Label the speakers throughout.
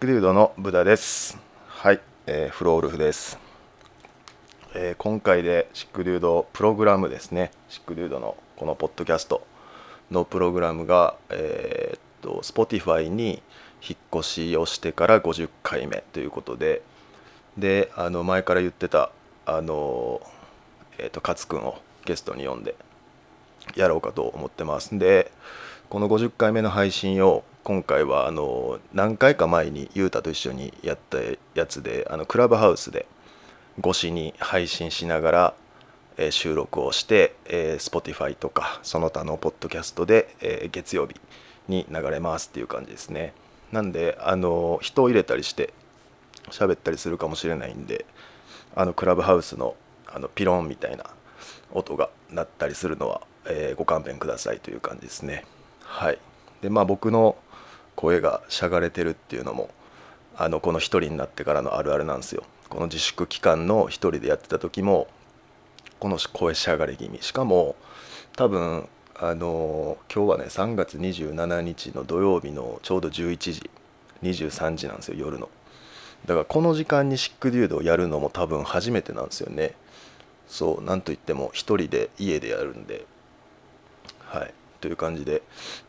Speaker 1: ルードのブダですはい、えーフロールフです、えー今回でシックルードプログラムですねシックルードのこのポッドキャストのプログラムがえーっと Spotify に引っ越しをしてから50回目ということでであの前から言ってたあのえーっと勝くんをゲストに呼んでやろうかと思ってますでこの50回目の配信を今回はあの何回か前にゆうたと一緒にやったやつであのクラブハウスで越しに配信しながら、えー収録をして、えー Spotify とかその他のポッドキャストで、えー月曜日に流れますっていう感じですねなんであの人を入れたりして喋ったりするかもしれないんであのクラブハウスのあのピロンみたいな音が鳴ったりするのは、えーご勘弁くださいという感じですねはいでまあ僕の声がしゃがれてるっていうのもあのこの一人になってからのあるあるなんですよこの自粛期間の一人でやってた時もこの声しゃがれ気味しかも多分あのー今日はね3月27日の土曜日のちょうど11時23時なんですよ夜のだからこの時間にシックデュードをやるのも多分初めてなんですよねそうなんといっても一人で家でやるんではいという感じで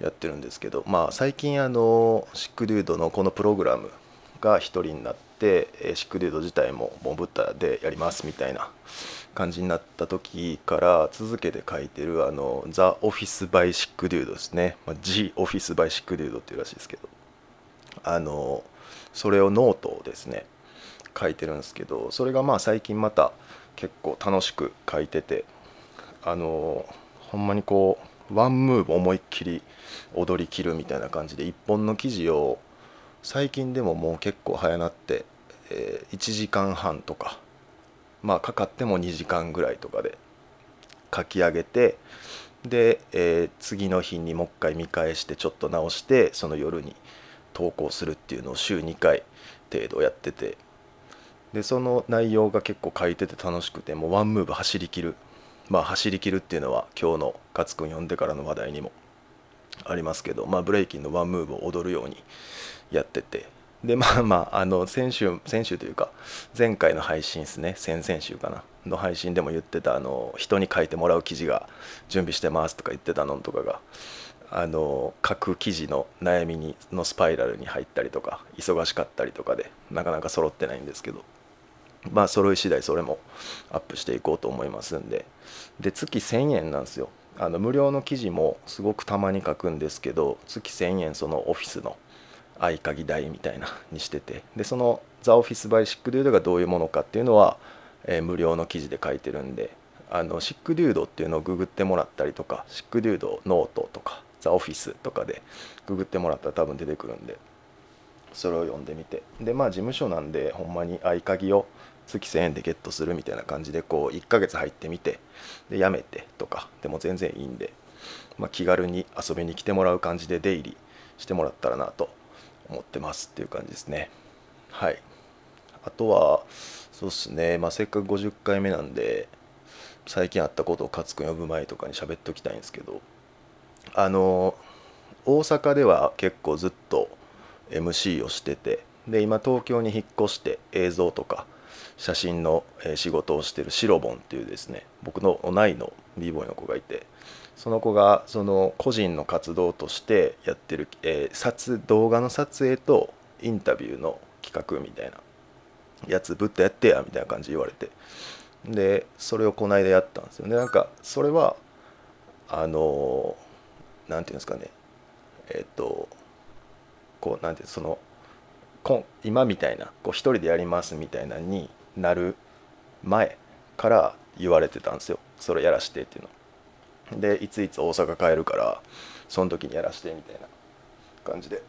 Speaker 1: やってるんですけどまあ最近あのシックデュードのこのプログラムが一人になってえーシックデュード自体もボンブッタでやりますみたいな感じになった時から続けて書いてるあの「ザ・オフィス・バイ・シック・デュード」ですね「まあ、ジ・オフィス・バイ・シック・デュード」っていうらしいですけどあのそれをノートをですね書いてるんですけどそれがまあ最近また結構楽しく書いててあのほんまにこうワンムーブ思いっきり踊り切るみたいな感じで一本の記事を最近でももう結構早なって、えー1時間半とかまあかかっても2時間ぐらいとかで書き上げてで、えー次の日にもう一回見返してちょっと直してその夜に投稿するっていうのを週2回程度やっててでその内容が結構書いてて楽しくてもうワンムーブ走りきるまあ走りきるっていうのは今日の勝くん呼んでからの話題にもありますけど、まあ、ブレイキンのワンムーブを踊るようにやっててでまあまああの先週先週というか前回の配信ですね先々週かなの配信でも言ってたあの人に書いてもらう記事が準備してますとか言ってたのとかがあの書く記事の悩みにのスパイラルに入ったりとか忙しかったりとかでなかなか揃ってないんですけどまあ揃い次第それもアップしていこうと思いますんでで月1000円なんですよあの無料の記事もすごくたまに書くんですけど月1000円そのオフィスの合鍵代みたいなにしててでその「ザ・オフィス・バイ・シック・デュード」がどういうものかっていうのは、えー無料の記事で書いてるんであのシック・デュードっていうのをググってもらったりとかシック・デュードノートとかザ・オフィスとかでググってもらったら多分出てくるんでそれを読んでみてでまあ事務所なんでほんまに合鍵を月1000円でゲットするみたいな感じでこう1ヶ月入ってみてでやめてとかでも全然いいんで、まあ、気軽に遊びに来てもらう感じで出入りしてもらったらなと思ってますっていう感じですねはいあとはそうですね、まあ、せっかく50回目なんで最近あったことを勝君呼ぶ前とかに喋っときたいんですけどあの大阪では結構ずっと MC をしててで今東京に引っ越して映像とか写真のえー仕事をしてるシロボンっていうですね僕の同いの b ボーイの子がいてその子がその個人の活動としてやってる、えー撮動画の撮影とインタビューの企画みたいなやつぶっとやってやみたいな感じ言われてでそれをこの間やったんですよねなんかそれはあのーなんていうんですかねえっ、とこうなんていうそのこん今みたいなこう一人でやりますみたいなのになる前から言われてたんですよそれやらしてっていうのでいついつ大阪帰るからその時にやらしてみたいな感じで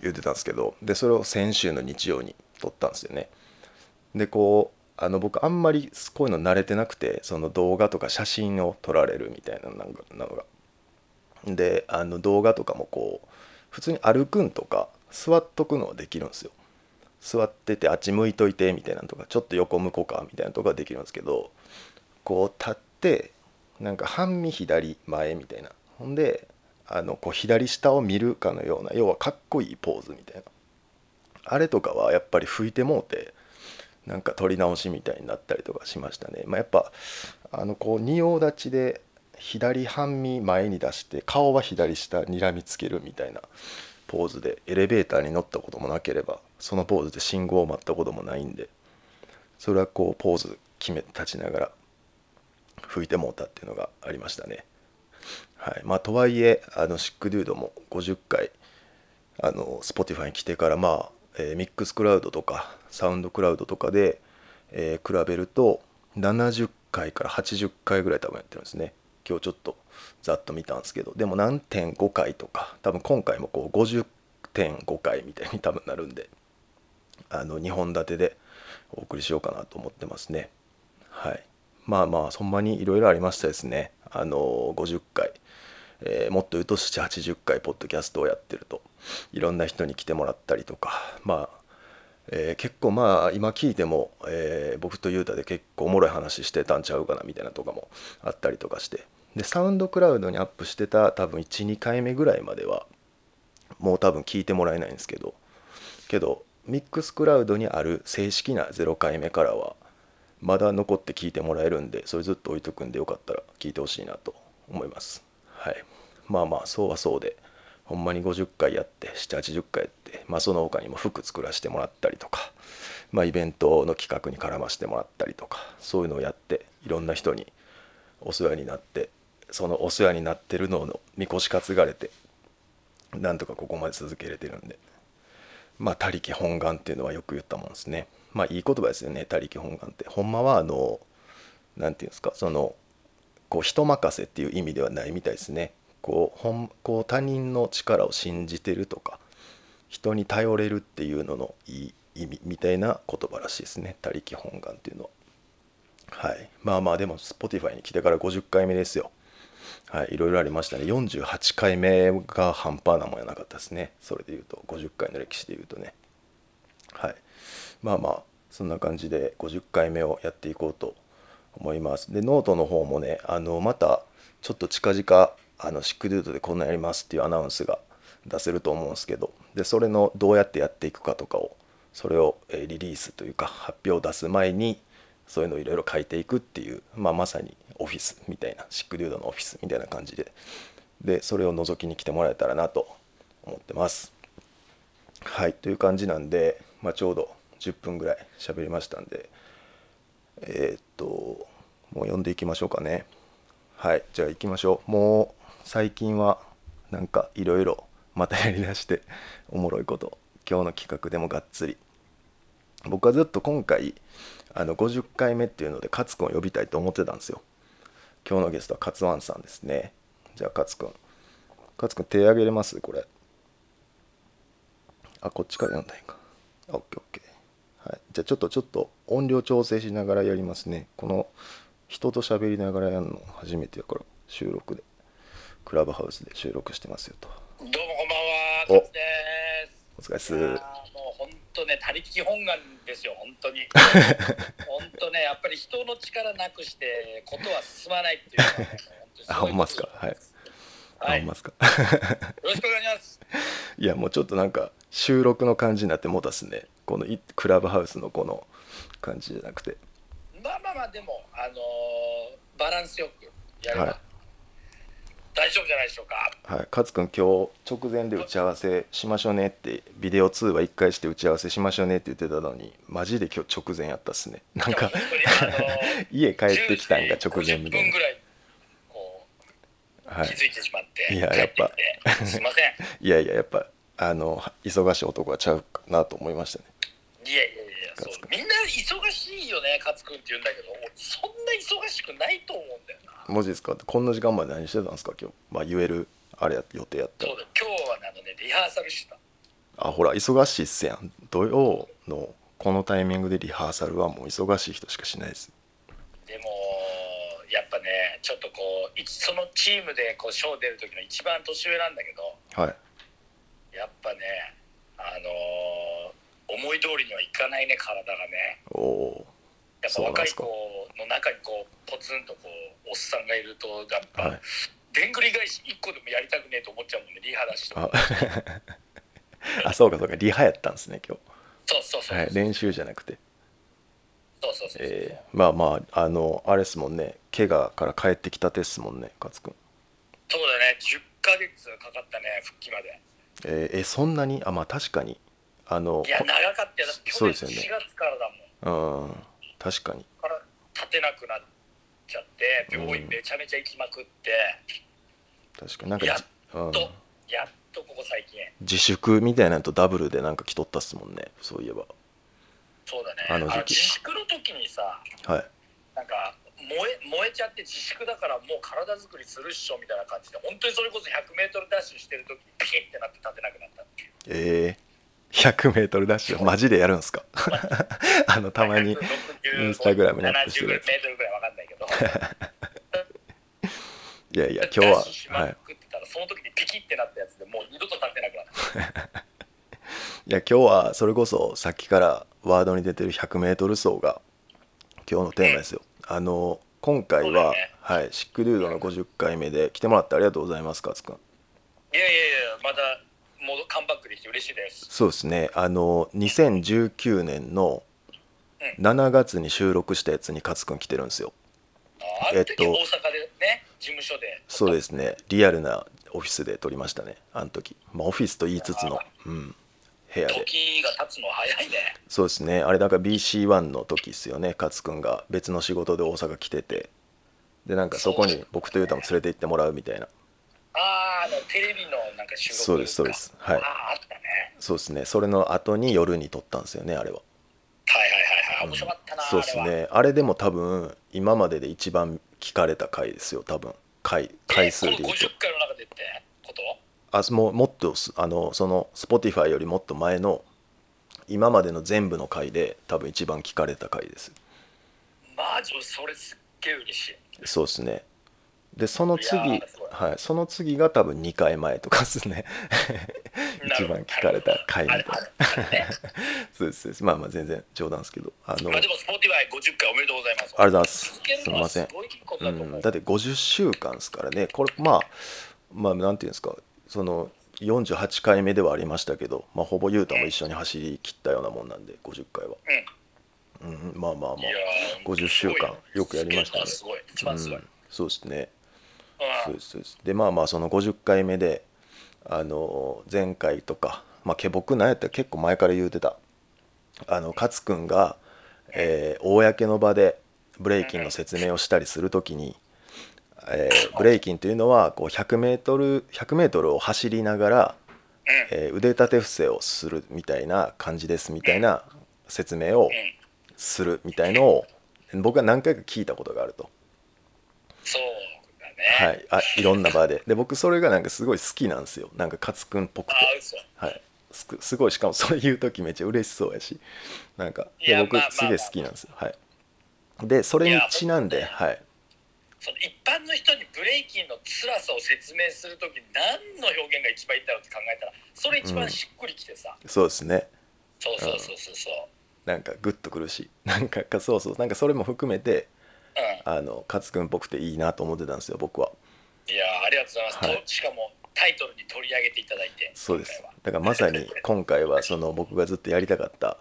Speaker 1: 言ってたんですけどでそれを先週の日曜に撮ったんですよねでこうあの僕あんまりこういうの慣れてなくてその動画とか写真を撮られるみたいななんかなのがであの動画とかもこう普通に歩くんとか座っとくのはできるんですよ座っててあっち向いといてみたいなのとかちょっと横向こうかみたいなのとかはできるんですけどこう立ってなんか半身左前みたいなほんであのこう左下を見るかのような要はかっこいいポーズみたいなあれとかはやっぱり拭いてもうてなんか取り直しみたいになったりとかしましたね、まあ、やっぱあのこう仁王立ちで左半身前に出して顔は左下にらみつけるみたいなポーズでエレベーターに乗ったこともなければそのポーズで信号を待ったこともないんでそれはこうポーズ決めて立ちながら拭いてもうたっていうのがありましたね。はいまあ、とはいえあのシックデュードも50回あの Spotify に来てからまあ、えーミックスクラウドとかサウンドクラウドとかで、えー比べると70回から80回ぐらい多分やってるんですね今日ちょっとざっと見たんですけどでも何点5回とか多分今回もこう50.5回みたいに多分なるんであの2本立てでお送りしようかなと思ってますねはいまあまあそんなにいろいろありましたですねあの50回えーもっと言うと780回ポッドキャストをやってるといろんな人に来てもらったりとかまあ、えー結構まあ今聞いても、えー僕と雄太で結構おもろい話してたんちゃうかなみたいなとかもあったりとかしてでサウンドクラウドにアップしてた多分12回目ぐらいまではもう多分聞いてもらえないんですけどけどミックスクラウドにある正式な0回目からはまだ残って聞いてもらえるんでそれずっと置いとくんでよかったら聞いてほしいなと思いますはいまあまあそうはそうでほんまに50回やって780回やって、まあ、その他にも服作らせてもらったりとか、まあ、イベントの企画に絡ませてもらったりとかそういうのをやっていろんな人にお世話になってそのお世話になってるのをみこし担がれてなんとかここまで続けれてるんでまあ、他力本願っていうのはよく言ったもんですね。まあ、いい言葉ですよね、他力本願って。ほんまは、あの、なんていうんですか、その、こう、人任せっていう意味ではないみたいですね。こう、ほんこう他人の力を信じてるとか、人に頼れるっていうののいい意味みたいな言葉らしいですね、他力本願っていうのは。はい。まあまあ、でも、Spotify に来てから50回目ですよ。はい、いろいろありましたね。48回目が半端なもんやなかったですね。それでいうと、50回の歴史でいうとね。はい。まあまあ、そんな感じで50回目をやっていこうと思います。で、ノートの方もね、あの、また、ちょっと近々、あの、シックドゥードでこんなんやりますっていうアナウンスが出せると思うんですけど、で、それのどうやってやっていくかとかを、それをえーリリースというか、発表を出す前に、そういうのをいろいろ書いていくっていう、まあ、まさにオフィスみたいなシックデュードのオフィスみたいな感じででそれを覗きに来てもらえたらなと思ってますはいという感じなんで、まあ、ちょうど10分ぐらい喋りましたんでえーっともう読んでいきましょうかねはいじゃあ行きましょうもう最近はなんかいろいろまたやりだしておもろいこと今日の企画でもがっつり僕はずっと今回あの50回目っていうので勝君を呼びたいと思ってたんですよ今日のゲストは勝ワンさんですねじゃあ勝君勝君手挙げれますこれあこっちから読んだらいいかあオッケーオッケーはいじゃあちょっとちょっと音量調整しながらやりますねこの人と喋りながらやるの初めてやから収録でクラブハウスで収録してますよと
Speaker 2: どうもこんばんは、
Speaker 1: お
Speaker 2: カツです。
Speaker 1: お疲れっす
Speaker 2: いやーもう本当ね、他力本願ですよ、本当 に。本当ね、やっぱり人の力なくして、ことは進まないっていうのはね。
Speaker 1: あほんまっすかはい
Speaker 2: は
Speaker 1: あ
Speaker 2: い、
Speaker 1: ん
Speaker 2: よ
Speaker 1: ますか
Speaker 2: ろしくお願いします。
Speaker 1: いやもうちょっとなんか収録の感じになってもうたっすねこのいクラブハウスのこの感じじゃなくて
Speaker 2: まあまあまあ、でも、あのーバランスよくやれば、
Speaker 1: はい
Speaker 2: 大丈夫じゃないでしょうか。
Speaker 1: はい、勝君今日直前で打ち合わせしましょうねってビデオ通話1回して打ち合わせしましょうねって言ってたのにマジで今日直前やったっすねなんか
Speaker 2: いや本当に あ
Speaker 1: 家帰ってきたんが直前み
Speaker 2: み
Speaker 1: た
Speaker 2: た
Speaker 1: い
Speaker 2: 分ぐらい、こう、
Speaker 1: な、は
Speaker 2: 気
Speaker 1: い、
Speaker 2: づいてしまって、
Speaker 1: いややっぱ
Speaker 2: 帰てきてすいません。
Speaker 1: いやいややっぱあの忙しい男はちゃうかなと思いましたね
Speaker 2: いやいやいや、そう
Speaker 1: 勝
Speaker 2: みんな忙しいよね、勝君って言うんだけど、俺そんな忙しくないと思うんだよな。
Speaker 1: マジですかこんな時間まで何してたんですか今日、まあ、言えるあれや予定やったら
Speaker 2: そうだよ、今日はねあのね、リハーサルしてた。
Speaker 1: あほら忙しいっすやん土曜のこのタイミングでリハーサルはもう忙しい人しかしないです
Speaker 2: でも、やっぱね、ちょっとこう、いそのチームでこう賞出る時の一番年上なんだけど、
Speaker 1: はい
Speaker 2: やっぱね、あのー思い通りにはいかないね、体がね。
Speaker 1: おお
Speaker 2: やっぱ
Speaker 1: そうなん
Speaker 2: 若
Speaker 1: で
Speaker 2: い
Speaker 1: すか
Speaker 2: 子の中にこう、ポツンとこう、おっさんがいると、やっ
Speaker 1: ーは
Speaker 2: ぱ、
Speaker 1: い
Speaker 2: でんぐり返し1個でもやり たくねえと思っちゃうもんね、リハだしとか
Speaker 1: ああそうかそうかリハやったんですね今日
Speaker 2: そうそうそう、
Speaker 1: はい、練習じゃなくて、
Speaker 2: そうそうそう、
Speaker 1: えーまあまああのあれですもんね怪我から帰ってきたてっすもんね勝くん、
Speaker 2: そうだね10ヶ月かかったね復帰まで
Speaker 1: えーえそんなにあまあ確かにあの
Speaker 2: いや長かったよだって
Speaker 1: そう
Speaker 2: 去
Speaker 1: ですよね
Speaker 2: 年4月からだもん、
Speaker 1: うん確かに
Speaker 2: から立てなくなっちゃって病
Speaker 1: う
Speaker 2: 院
Speaker 1: ん
Speaker 2: めちゃめちゃ行きまくって、
Speaker 1: 確かになんか
Speaker 2: やっ
Speaker 1: じうん
Speaker 2: とやっとここ最近
Speaker 1: 自粛みたいなのとダブルでなんか来とったっすもんねそういえば
Speaker 2: そうだね
Speaker 1: あの
Speaker 2: 自
Speaker 1: 時期
Speaker 2: 粛の時にさ
Speaker 1: はい
Speaker 2: なんか燃え燃えちゃって自粛だからもう体作りするっしょみたいな感じで本当にそれこそ 100m ダッシュしてる時にピキッてなって立てなくなったっていう
Speaker 1: えー、100m ダッシュマジでやるんすか あのたまにインスタグラムにアップしてるやつ
Speaker 2: 70m ぐらいわかんないけ ど
Speaker 1: いやいや今日
Speaker 2: ダッシュし
Speaker 1: は、は
Speaker 2: ま
Speaker 1: い、
Speaker 2: くってたらその時にピキッてなったやつでもう二度と立てなくなった
Speaker 1: いや今日はそれこそさっきからワードに出てる 100m 走が今日のテーマですよあの今回
Speaker 2: そうだ
Speaker 1: は、
Speaker 2: よね
Speaker 1: はい、シックルードの50回目で来てもらってありがとうございます勝くん
Speaker 2: いやいやいやまだもうカムバックできて嬉しいです
Speaker 1: そうですねあの2019年の
Speaker 2: う
Speaker 1: 7月に収録したやつに勝くん来てるんですよ
Speaker 2: ああの時
Speaker 1: えっと
Speaker 2: 大阪でね事務所で
Speaker 1: そうですねリアルなオフィスで撮りましたねあの時まあオフィスと言いつつの、うん、部屋で
Speaker 2: 時が経つのは早いね
Speaker 1: そうですねあれだから BC1 の時ですよね勝くんが別の仕事で大阪来ててでなんかそこに僕と雄太も連れて行ってもらうみたいな
Speaker 2: あああのテレビのなんか収録
Speaker 1: そうですそうですはい
Speaker 2: あああったね
Speaker 1: そうですねそれの後に夜に撮ったんですよねあれは
Speaker 2: はいはいはいはい面白かったな、
Speaker 1: そうです
Speaker 2: あれは
Speaker 1: ねあれでも多分今までで一番聞かれた回ですよ多分回回数で
Speaker 2: え
Speaker 1: 言う
Speaker 2: この
Speaker 1: と
Speaker 2: 50回の中でってこと
Speaker 1: あもうもっとすあのその Spotify よりもっと前の今までの全部の回で多分一番聞かれた回です
Speaker 2: マジそれすっげえ嬉しい
Speaker 1: そうですねでその次
Speaker 2: いやーすごい
Speaker 1: はい、その次が多分2回前とかですね
Speaker 2: な
Speaker 1: 一
Speaker 2: るほど
Speaker 1: 番聞かれた回み
Speaker 2: あ
Speaker 1: たい
Speaker 2: れあ
Speaker 1: な
Speaker 2: れあれね
Speaker 1: そうですそうですまあまあ全然冗談です けどあの
Speaker 2: まあでも Spotify50 回おめでとうございます
Speaker 1: ありがとうございます
Speaker 2: 続けるのは
Speaker 1: すいません
Speaker 2: すごいこと
Speaker 1: う
Speaker 2: だと思う、
Speaker 1: ん、だって50週間ですからねこれまあまあなんていうんですかその48回目ではありましたけど、まあ、ほぼ雄太も一緒に走り切ったようなもんなんで50回は、
Speaker 2: うん
Speaker 1: うん、まあまあまあ
Speaker 2: いやー
Speaker 1: 50週間よくやりましたね
Speaker 2: すごい一番すごい、
Speaker 1: うんそうですね
Speaker 2: うん
Speaker 1: そうですそうですでまあまあその50回目であの前回とか、まあ、け僕なんやったら結構前から言うてたあの勝くんが、えー公の場でブレイキンの説明をしたりするときに、えーブレイキンというのはこう 100m, 100m を走りながら、
Speaker 2: う
Speaker 1: えー腕立て伏せをするみたいな感じですみたいな説明
Speaker 2: ん
Speaker 1: を
Speaker 2: うん、
Speaker 1: するみたいのを僕は何回か聞いたことがあると。
Speaker 2: そうだ
Speaker 1: は
Speaker 2: ね。
Speaker 1: い、あいろんな場でで僕それがなんかすごい好きなんですよなんか勝くんっぽ
Speaker 2: あ
Speaker 1: くて、
Speaker 2: あ、嘘。
Speaker 1: はい、すくすごいしかもそういう時めっちゃ嬉しそうやしなんか
Speaker 2: い
Speaker 1: で
Speaker 2: や
Speaker 1: 僕
Speaker 2: まあまあ
Speaker 1: すげえ好きなんですよはいでそれにちなん
Speaker 2: い
Speaker 1: で
Speaker 2: や
Speaker 1: はい
Speaker 2: その一般の人にブレイキンの辛さを説明するときに何の表現が一番いいんだろうって考えたら、それ一番しっくりきてさ。
Speaker 1: そうですね
Speaker 2: そうそうそうそうそう。
Speaker 1: なんかグッとくるし なんかかそうそうなんかそれも含めて
Speaker 2: うん。
Speaker 1: あの勝くんっぽくていいなと思ってたんですよ僕はい
Speaker 2: やー、ありがとうございます。
Speaker 1: はい
Speaker 2: としかもタイトルに取り上げていただいて。
Speaker 1: そうです
Speaker 2: 今
Speaker 1: だからまさに今回はその僕がずっとやりたかった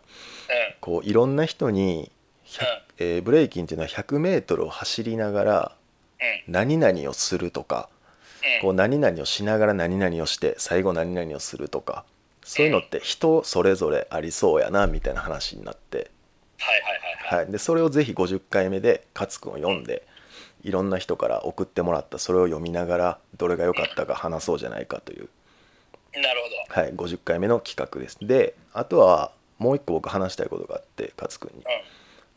Speaker 1: こういろんな人に、
Speaker 2: 回は
Speaker 1: えーブレイキンっていうのは 100m を走りながら
Speaker 2: うん。
Speaker 1: 何々をするとか
Speaker 2: うん。うん。
Speaker 1: こう何々をしながら何々をして最後何々をするとかそういうのって人それぞれありそうやなみたいな話になって、
Speaker 2: はいはいはいはい。
Speaker 1: はい、でそれをぜひ50回目で勝くんを読んでいろんな人から送ってもらったそれを読みながらどれが良かったか話そうじゃないかという、
Speaker 2: なるほど。
Speaker 1: はい、50回目の企画ですであとはもう一個僕話したいことがあって勝くんに
Speaker 2: うん。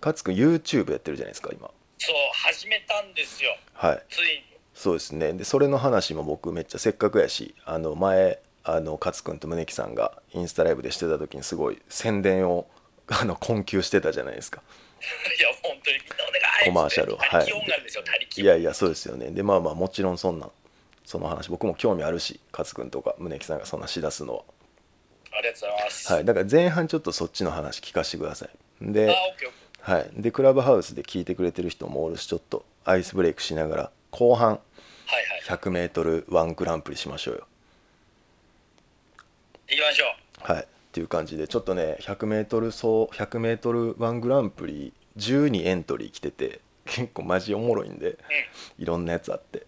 Speaker 1: 勝くん YouTube やってるじゃないですか今
Speaker 2: そう、始めたんですよ。
Speaker 1: はい
Speaker 2: ついに。
Speaker 1: そうですねでそれの話も僕めっちゃせっかくやしあの前あの勝君と宗木さんがインスタライブでしてた時にすごい宣伝を あの困窮してたじゃないですか
Speaker 2: いや、本当にみんなお願い
Speaker 1: コマーシャルを
Speaker 2: は
Speaker 1: は
Speaker 2: い。
Speaker 1: い
Speaker 2: 他力音楽ですよ、他力
Speaker 1: いやいやそうですよねでまあまあもちろんそんなんその話僕も興味あるし勝君とか宗木さんがそんなしだすの
Speaker 2: ありがとうございます。
Speaker 1: は、はい、だから前半ちょっとそっちの話聞かせてください
Speaker 2: あー、オッ
Speaker 1: で、
Speaker 2: ケーオッケー。
Speaker 1: はい、でクラブハウスで聞いてくれてる人もおるしちょっとアイスブレイクしながら後半
Speaker 2: はいはい。
Speaker 1: 100m ワングランプリしましょうよ
Speaker 2: 行きましょう。
Speaker 1: はい、っていう感じでちょっとね 100m 走 100m1 グランプリ12エントリー来てて 結構マジおもろいんでいろんなやつあって、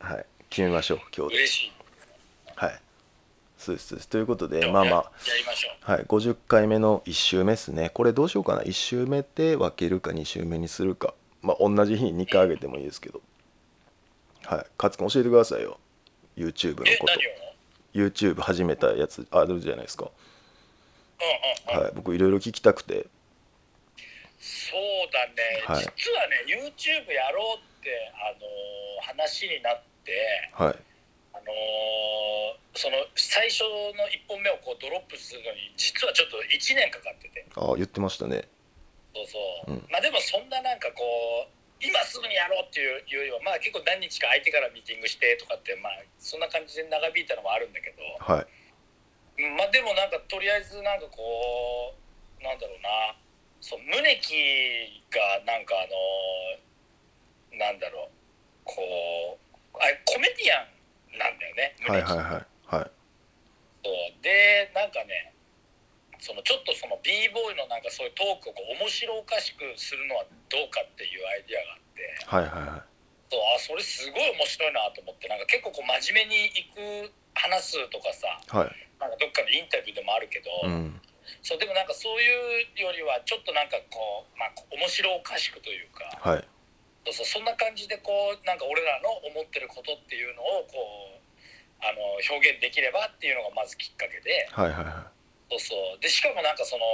Speaker 1: はい、決めましょう今日で
Speaker 2: 嬉しい。
Speaker 1: はいそうですそうですということでまあまあ
Speaker 2: やりましょう。
Speaker 1: はい、50回目の1週目ですねこれどうしようかな1週目で分けるか2週目にするかまあ同じ日に2回あげてもいいですけどはい勝君教えてくださいよ YouTube の
Speaker 2: え、
Speaker 1: こ
Speaker 2: 何を
Speaker 1: と YouTube 始めたやつあるじゃないですか、
Speaker 2: うんうんうん。
Speaker 1: はい、僕いろいろ聞きたくて
Speaker 2: そうだね、
Speaker 1: はい
Speaker 2: 実はね、YouTube やろうって、あのー話になって、
Speaker 1: はい
Speaker 2: あのーその最初の1本目をこうドロップするのに、実はちょっと1年かかってて、
Speaker 1: ああ言ってましたね
Speaker 2: そうそう、
Speaker 1: うん
Speaker 2: まあでもそんななんかこう、今すぐにやろうっていうよりは、まあ、結構何日か相手からミーティングしてとかって、まあ、そんな感じで長引いたのもあるんだけど、
Speaker 1: はい
Speaker 2: うんまあでもなんかとりあえずなんかこうなんだろうなそう宗木がなんかあのなんだろうこうあれコメディアンなんだよね宗木
Speaker 1: はいはいはいはい
Speaker 2: そうでなんかねそのちょっとその b ボーイのなんかそういうトークをこう面白おかしくするのはどうかっていうアイディアがあって
Speaker 1: はいはいはい
Speaker 2: そうあそれすごい面白いなと思ってなんか結構こう真面目に行く話すとかさ
Speaker 1: はい
Speaker 2: なんかどっかのインタビューでもあるけど、
Speaker 1: うん
Speaker 2: そうでもなんかそういうよりはちょっとなんかこう、まあ、面白おかしくというか
Speaker 1: はい
Speaker 2: そうそうそんな感じでこうなんか俺らの思ってることっていうのをこうあの表現できればっていうのがまずきっかけで
Speaker 1: はいはいは
Speaker 2: そうそうでしかもなんかその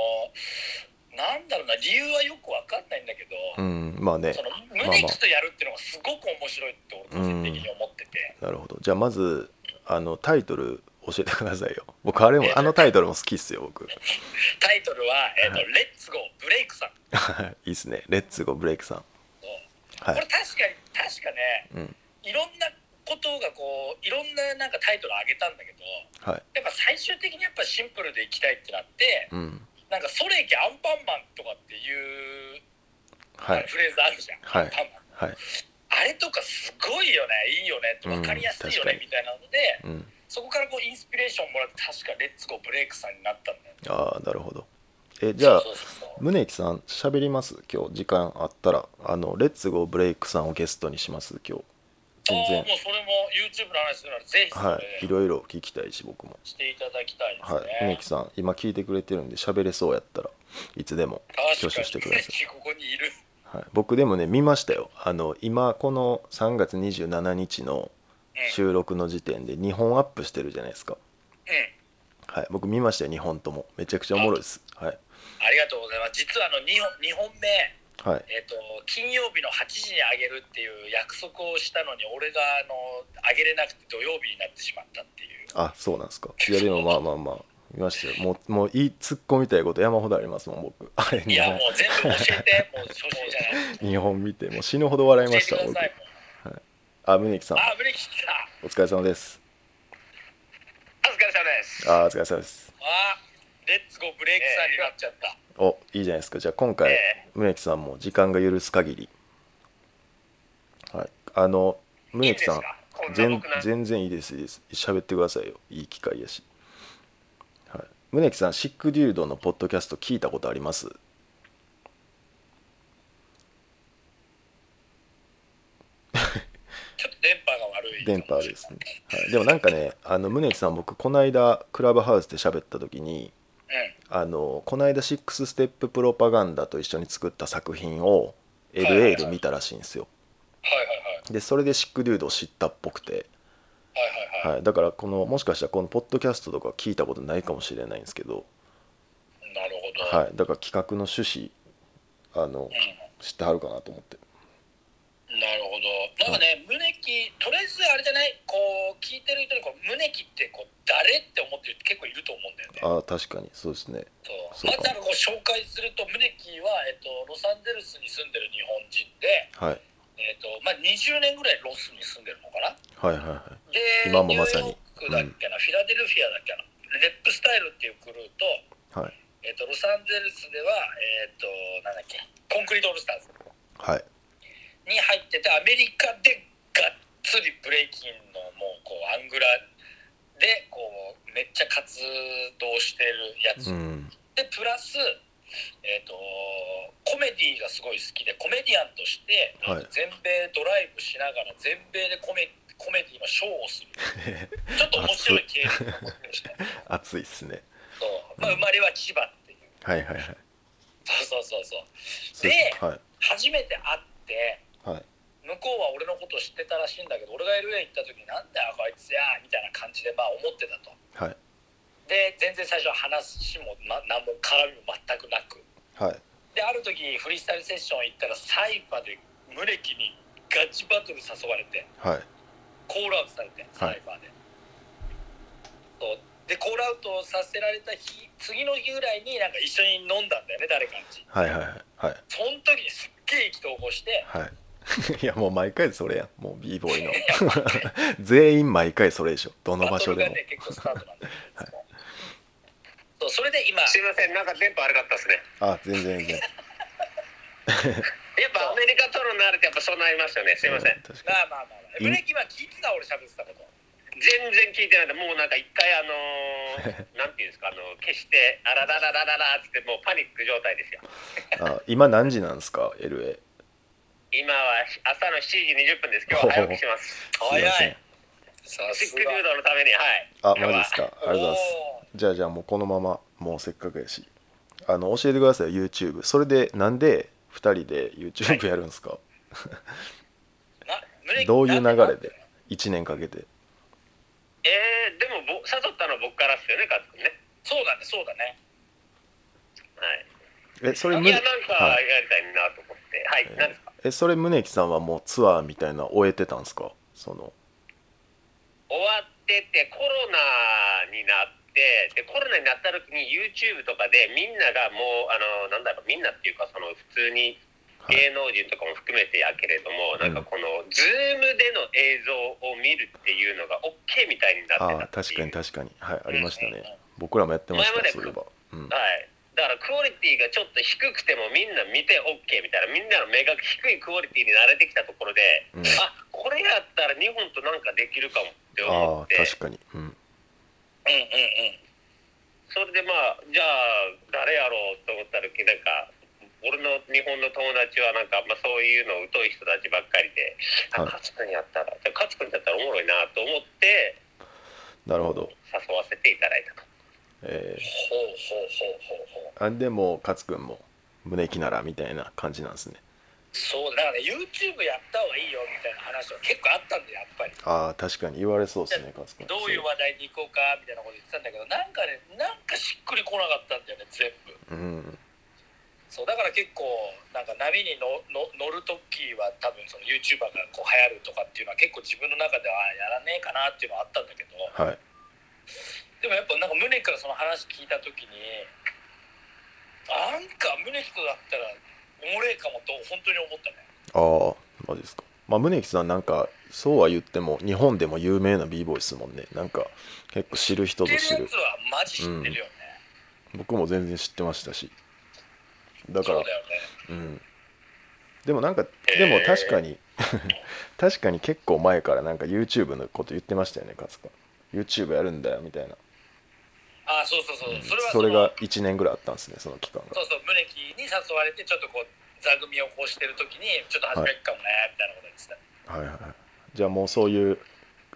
Speaker 2: なんだろうな理由はよくわかんないんだけど、
Speaker 1: いうんまあね
Speaker 2: その
Speaker 1: まあ
Speaker 2: 胸キとやるっていうのがすごく面白いって俺個人的に思ってて、
Speaker 1: なるほどじゃあまずあのタイトル教えてくださいよ僕あれもあのタイトルも好きっすよ僕
Speaker 2: タイトルは、えっと
Speaker 1: は
Speaker 2: レッツゴーブレイクさん」
Speaker 1: はいいいっすね。レッツゴーブレイクさん。
Speaker 2: そう
Speaker 1: は
Speaker 2: これ
Speaker 1: い。
Speaker 2: 確かに確かね
Speaker 1: うん。
Speaker 2: いろんなことがこういろんななんかタイトル上げたんだけど
Speaker 1: はい。
Speaker 2: やっぱ最終的にやっぱシンプルでいきたいってなって
Speaker 1: うん。
Speaker 2: なんか「それいけアンパンマン」とかっていう、
Speaker 1: はい。
Speaker 2: フレーズあるじゃん、
Speaker 1: はい
Speaker 2: アンパンマン
Speaker 1: はい。
Speaker 2: あれとかすごいよねいいよね
Speaker 1: う
Speaker 2: 分
Speaker 1: ん
Speaker 2: かりやすいよ
Speaker 1: 確
Speaker 2: ね
Speaker 1: かに
Speaker 2: みたいなので
Speaker 1: うん。
Speaker 2: そこからこうインスピレーションもらって確か「レッツゴーブレイク」さんになったんだよね
Speaker 1: ああ、なるほど。え、じゃあ、
Speaker 2: そうそうそうそう
Speaker 1: 宗木さん、喋ります今日、時間あったら。あの、レッツゴーブレイクさんをゲストにします今日。全
Speaker 2: あー
Speaker 1: 然。
Speaker 2: もうそれも YouTube の話するならぜひそ
Speaker 1: は
Speaker 2: れ
Speaker 1: い。いろいろ聞きたいし、僕も。
Speaker 2: していただきたいですね、
Speaker 1: はい。宗木さん、今聞いてくれてるんで、喋れそうやったらいつでも挙手して
Speaker 2: 確か
Speaker 1: くだ
Speaker 2: に
Speaker 1: さ い。
Speaker 2: ここにいる
Speaker 1: はい、僕でもね見ましたよあの今この3月27日の収録の時点で2本アップしてるじゃないですか
Speaker 2: うん
Speaker 1: はい、僕見ましたよ、2本とも。めちゃくちゃおもろいです。はい。
Speaker 2: ありがとうございます。実はあの2本二本目、
Speaker 1: はい。
Speaker 2: えっと金曜日の8時にあげるっていう約束をしたのに俺があのあげれなくて土曜日になってしまったっていう。
Speaker 1: あ、そうなんですか。いや、でもまあまあまあ、見ましたよ。もう、もういい突っ込みたいこと山ほどありますもん、僕。あれ、
Speaker 2: い
Speaker 1: 2
Speaker 2: や
Speaker 1: 本
Speaker 2: も。う全部教え て、もう初心じゃない。
Speaker 1: 日本見て、もう死ぬほど笑い
Speaker 2: 教
Speaker 1: ま
Speaker 2: え
Speaker 1: してた、
Speaker 2: く
Speaker 1: 僕
Speaker 2: ださ。い。もう
Speaker 1: あ、宗木さん、
Speaker 2: あ、ブレーキ来た。
Speaker 1: お疲れ様です。
Speaker 2: お疲れ様ですあ
Speaker 1: あー、お疲れ様です。
Speaker 2: レッツゴーブレーキさんになっちゃった。
Speaker 1: お、いいじゃないですか。じゃあ、今回
Speaker 2: え、
Speaker 1: 宗木さんも時間が許す限り。はい。あの、宗木さん、全全然いいです、いいです。喋ってくださいよ。いい機会やし。はい。宗木さん、シックデュードのポッドキャスト聞いたことあります
Speaker 2: ちょっと電波が悪い。
Speaker 1: 電波あるですね、はい、でもなんかねあの宗木さん僕この間クラブハウスで喋った時に
Speaker 2: うん。
Speaker 1: あのこの間シックスステッププロパガンダと一緒に作った作品を
Speaker 2: はいはいはい
Speaker 1: LA で見たらしいんですよ
Speaker 2: はいはいはい。
Speaker 1: でそれでシックデュードを知ったっぽくて、
Speaker 2: はいはいはい。
Speaker 1: はい、だからこのもしかしたらこのポッドキャストとか聞いたことないかもしれないんですけど、
Speaker 2: なるほど。い。
Speaker 1: はい、だから企画の趣旨あの
Speaker 2: うん
Speaker 1: 知ってはるかなと思って
Speaker 2: なるほど。なんかね、胸キとりあえずあれじゃない、こう聞いてる人にこう胸キってこう誰って思ってる人結構いると思うんだよね。
Speaker 1: ああ確かにそうですね
Speaker 2: そう
Speaker 1: そ
Speaker 2: ま
Speaker 1: う
Speaker 2: ず
Speaker 1: か
Speaker 2: なんかこう紹介すると胸キはえっとロサンゼルスに住んでる日本人で、
Speaker 1: はい
Speaker 2: えっとまあ20年ぐらいロスに住んでるのかな。
Speaker 1: はいはいは
Speaker 2: で、
Speaker 1: い今もまさに
Speaker 2: ニューヨークだっけな、フィラデルフィアだっけな、レップスタイルっていうクルーと。
Speaker 1: はい
Speaker 2: えっとロサンゼルスでは、えっとなんだっけコンクリートオールスターズ
Speaker 1: はい
Speaker 2: に入っててアメリカでがっつりブレイキンのもうこうアングラでこうめっちゃ活動してるやつ、
Speaker 1: うん
Speaker 2: でプラス、えー、とコメディがすごい好きでコメディアンとして、
Speaker 1: はい
Speaker 2: 全米ドライブしながら全米でコメコメディのショーを するちょっと面白い経験を持ってました
Speaker 1: 熱いっすね
Speaker 2: そう、まあ、生まれは千葉っていう
Speaker 1: はいはいはい
Speaker 2: そうそうそうそう
Speaker 1: そう
Speaker 2: で
Speaker 1: はい
Speaker 2: 初めて会って
Speaker 1: はい
Speaker 2: 向こうは俺のこと知ってたらしいんだけど俺が LA 行った時になんだよこいつやみたいな感じでまあ思ってたと
Speaker 1: はい
Speaker 2: で全然最初は話も、ま、何も絡みも全くなく
Speaker 1: はい
Speaker 2: である時フリースタイルセッション行ったらサイパで胸キにガチバトル誘われて
Speaker 1: はい
Speaker 2: コールアウトされてサイパーで、そうでコールアウトさせられた日次の日ぐらいになんか一緒に飲んだんだよね誰かんち
Speaker 1: はいはいはいはい
Speaker 2: その時にすっげえ意気投合して
Speaker 1: はい いやもう毎回それやんもう b ボーイ の全員毎回それでしょどの場所で
Speaker 2: バトルが
Speaker 1: も
Speaker 2: ね結構スタート なんだよね、いつもそうそれで今
Speaker 3: すいませんなんか電波悪かったですね
Speaker 1: あ全然全然
Speaker 3: やっぱアメリカとの慣れてやっぱそうなりますよねすいません
Speaker 1: 確か
Speaker 2: まあまあまあ、まあ、ブレーキ今聞いてた俺喋ってたこと
Speaker 3: 全然聞いてないんでもうなんか一回あのーなんていうんですかあの決してあららららららってもうパニック状態ですよ
Speaker 1: にあ今何時なんですか LA
Speaker 3: 今は朝の7時20分です今日は早起きします
Speaker 1: すいません
Speaker 2: さ
Speaker 3: シックルードのためにはい
Speaker 1: あマジですかありがとうございますじゃあじゃあもうこのままもうせっかくやしあの教えてください YouTube それでなんで2人で YouTube やるんですか、
Speaker 2: す
Speaker 1: どういう流れで1年かけて
Speaker 3: えー、でもぼ誘ったの僕からですよねカズくんね
Speaker 2: そうだねそうだね
Speaker 3: はい
Speaker 1: えそれ
Speaker 3: い
Speaker 1: む
Speaker 3: やなんか
Speaker 1: はい
Speaker 3: やりたいなと思ってはい、
Speaker 1: えー
Speaker 3: なんですか
Speaker 1: えそれ宗木さんはもうツアーみたいなの終えてたんですかその
Speaker 3: 終わっててコロナになってでコロナになった時に YouTube とかでみんながもうあのなんだろうみんなっていうかその普通に
Speaker 1: はい
Speaker 3: 芸能人とかも含めてやけれど
Speaker 1: う
Speaker 3: も、
Speaker 1: ん
Speaker 3: なんかこの Zoom での映像を見るっていうのが OK みたいにな
Speaker 1: ああ
Speaker 3: ってたっ
Speaker 1: 確
Speaker 3: て
Speaker 1: か
Speaker 3: い
Speaker 1: に
Speaker 3: う
Speaker 1: 確かにはいありましたね僕らもやってました
Speaker 3: 前まで
Speaker 1: そういえば、うん、
Speaker 3: はい、だからクオリティがちょっと低くてもみんな見て OK みたいなみんなの目が低いクオリティに慣れてきたところで、
Speaker 1: うん
Speaker 3: あこれやったら日本となんかできるかも
Speaker 1: ああ
Speaker 3: って思って
Speaker 1: 確かにう
Speaker 2: うんうん
Speaker 1: ん
Speaker 2: うん
Speaker 3: それでまあじゃあ誰やろうと思った時なんか俺の日本の友達はなんかあんまそういうの疎い人たちばっかりで、
Speaker 1: は
Speaker 3: あ
Speaker 1: い
Speaker 3: 勝君やったらじゃあ勝君だったらおもろいなと思って
Speaker 1: なるほど
Speaker 3: 誘わせていただいたと。
Speaker 1: え
Speaker 2: ほうほうほうほうほう
Speaker 1: ー、あでも勝君も宗木ならみたいな感じなんですね
Speaker 2: そうだからね YouTube やった方がいいよみたいな話は結構あったんだよやっぱり
Speaker 1: ああ確かに言われそうですね勝君
Speaker 2: どういう話題に行こうかみたいなこと言ってたんだけどなんかねなんかしっくりこなかったんだよね全部
Speaker 1: うん
Speaker 2: そうだから結構なんか波にのの乗る時は多分その YouTuber がこう流行るとかっていうのは結構自分の中ではあやらねえかなっていうのはあったんだけど
Speaker 1: はい
Speaker 2: でもやっぱなんか宗からその話聞いた時になんか宗木とだったらおもれえかもと本当に思ったね
Speaker 1: ああマジですかまあ宗木さんなんかそうは言っても日本でも有名な b ボイスもんねなんか結構知る人
Speaker 2: 知
Speaker 1: ぞ知
Speaker 2: ってるや
Speaker 1: る
Speaker 2: つはマジ知ってるよね、
Speaker 1: 僕も全然知ってましたしだから
Speaker 2: そうだよね
Speaker 1: うんでもなんかでも確かに 確かに結構前からなんか YouTube のこと言ってましたよね勝子 YouTube やるんだよみたいな、
Speaker 2: あそうそうそう、
Speaker 1: うん
Speaker 2: それは
Speaker 1: そ
Speaker 2: そ
Speaker 1: れ
Speaker 2: の
Speaker 1: が1年ぐらいあったんですねその期間が
Speaker 2: そうそう宗木に誘われてちょっとこう座組をこうしてる時にちょっと始めるかもねみたいなこと言ってた、
Speaker 1: はいはいはいじゃあもうそういう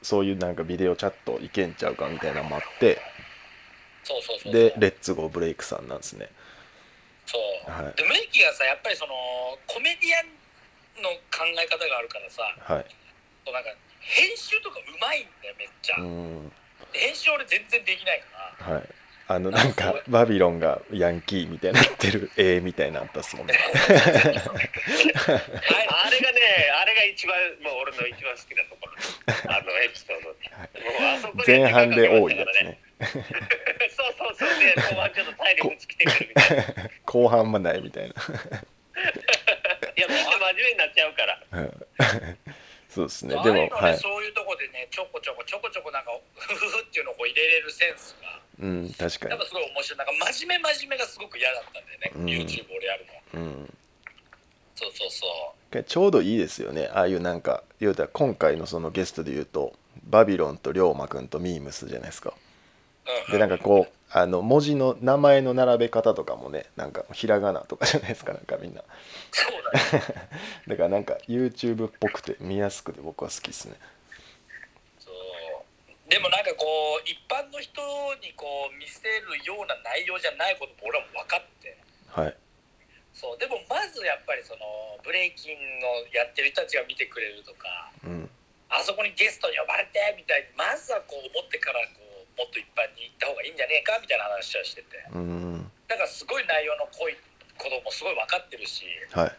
Speaker 1: そういうなんかビデオチャットいけんちゃうかみたいなのもあって
Speaker 2: そうそうそうそう
Speaker 1: でレッツゴーブレイクさんなんですね
Speaker 2: そう、
Speaker 1: はい
Speaker 2: でムネキがさやっぱりそのコメディアンの考え方があるからさ
Speaker 1: はい
Speaker 2: そうなんか編集とかうまいんだよめっちゃ、
Speaker 1: うん
Speaker 2: 編集俺全然できない から
Speaker 1: はいあのなんかバビロンがヤンキーみたいになってる絵みたいなのあったっす もんね
Speaker 3: あれがね、あれが一番、もう俺の一番好きなところです、あのエピソードで。もうあそこに
Speaker 1: 前半で多いやつね。
Speaker 3: そうそうそう、で、後半ちょっと体力尽きてくるみたいな。い
Speaker 1: 後半はないみたいな
Speaker 3: や、もう真面目になっちゃうから。
Speaker 1: そうですね
Speaker 2: そう
Speaker 1: で
Speaker 2: ああいう
Speaker 1: も
Speaker 2: のね
Speaker 1: はい
Speaker 2: そういうとこでねちょこちょこちょこちょこなんかふふふっていうのをこう入れれるセンスが
Speaker 1: うん確か
Speaker 2: やっぱすごい面白いなんか真面目真面目がすごく嫌だったんだよね、
Speaker 1: うん
Speaker 2: YouTube 俺やるの
Speaker 1: に、うん、
Speaker 2: そうそうそう
Speaker 1: ちょうどいいですよねああいうなんか言うたら今回のそのゲストで言うとバビロンと龍馬くんとミームスじゃないですか
Speaker 2: うん、
Speaker 1: でなんかこうあの文字の名前の並べ方とかもねなんかひらがなとかじゃないですかなんかみんな
Speaker 2: そうだね
Speaker 1: だからなんか YouTube っぽくて見やすくて僕は好きですね
Speaker 2: そうでもなんかこう一般の人にこう見せるような内容じゃないことも俺は分かって
Speaker 1: はい
Speaker 2: そうでもまずやっぱりそのブレイキンのやってる人たちが見てくれるとか
Speaker 1: うん
Speaker 2: あそこにゲストに呼ばれてみたいにまずはこう思ってからこうもっと一般に行った方がいいんじゃねえかみたいな話はしてて
Speaker 1: うん
Speaker 2: だからすごい内容の濃いこともすごい分かってるし
Speaker 1: はい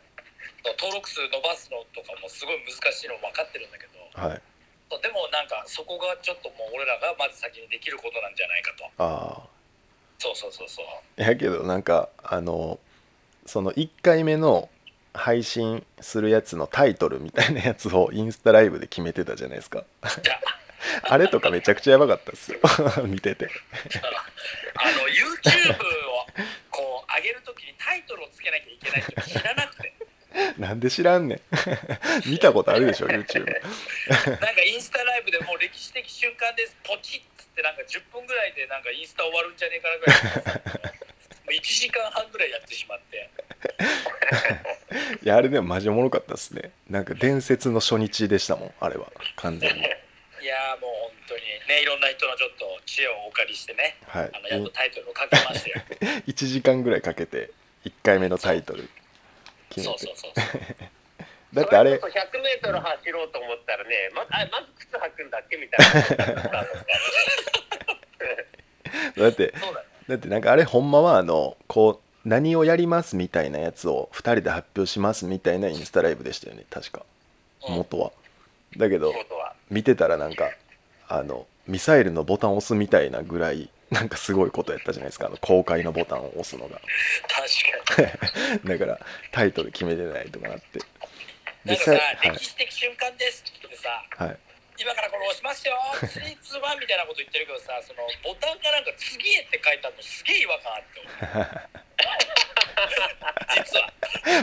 Speaker 2: 登録数伸ばすのとかもすごい難しいのも分かってるんだけど
Speaker 1: はい
Speaker 2: そうでもなんかそこがちょっともう俺らがまず先にできることなんじゃないかと
Speaker 1: ああ
Speaker 2: そうそうそうそう
Speaker 1: やけどなんかあのその1回目の配信するやつのタイトルみたいなやつをインスタライブで決めてたじゃないですか
Speaker 2: じゃあ
Speaker 1: あれとかめちゃくちゃやばかったっすよ 見てて
Speaker 2: あの YouTube をこう上げるときにタイトルをつけなきゃいけないって知らな くて
Speaker 1: なんで知らんねん 見たことあるでしょ YouTube
Speaker 2: なんかインスタライブでもう歴史的瞬間ですポチッつってなんか10分ぐらいでなんかインスタ終わるんじゃねえかなぐらいもう1時間半ぐらいやってしまって
Speaker 1: いやあれでもマジおもろかったっすねなんか伝説の初日でしたもんあれは 完全に
Speaker 2: いやーもう本当にねいろんな人のちょっと知恵をお借りしてね
Speaker 1: はい
Speaker 2: あのやっとタイトルを書きました よ
Speaker 1: 1時間ぐらいかけて1回目のタイトル決
Speaker 2: そ
Speaker 1: め
Speaker 2: うそ
Speaker 1: て
Speaker 2: うそうそう
Speaker 1: だってあれ
Speaker 3: それこそ100メートル走ろうと思ったらね、まあまず靴履くんだっけみたいな。
Speaker 1: だって
Speaker 2: そうだね
Speaker 1: だってなんかあれほんまはあのこう何をやりますみたいなやつを2人で発表しますみたいなインスタライブでしたよね確か
Speaker 2: うん
Speaker 1: 元はだけど
Speaker 3: ことは。
Speaker 1: 見てたらなんかあのミサイルのボタンを押すみたいなぐらいなんかすごいことやったじゃないですかあの公開のボタンを押すのが
Speaker 2: 確かに
Speaker 1: だからタイトル決めてないとかなって
Speaker 2: なん
Speaker 1: で
Speaker 2: か
Speaker 1: さ
Speaker 2: さ、
Speaker 1: はい
Speaker 2: 歴史的瞬間ですってさ
Speaker 1: はい
Speaker 2: 今からこれ押しますよ321みたいなこと言ってるけどさそのボタンがなんか次へって書いてあるのすげえ違和感あって 俺実は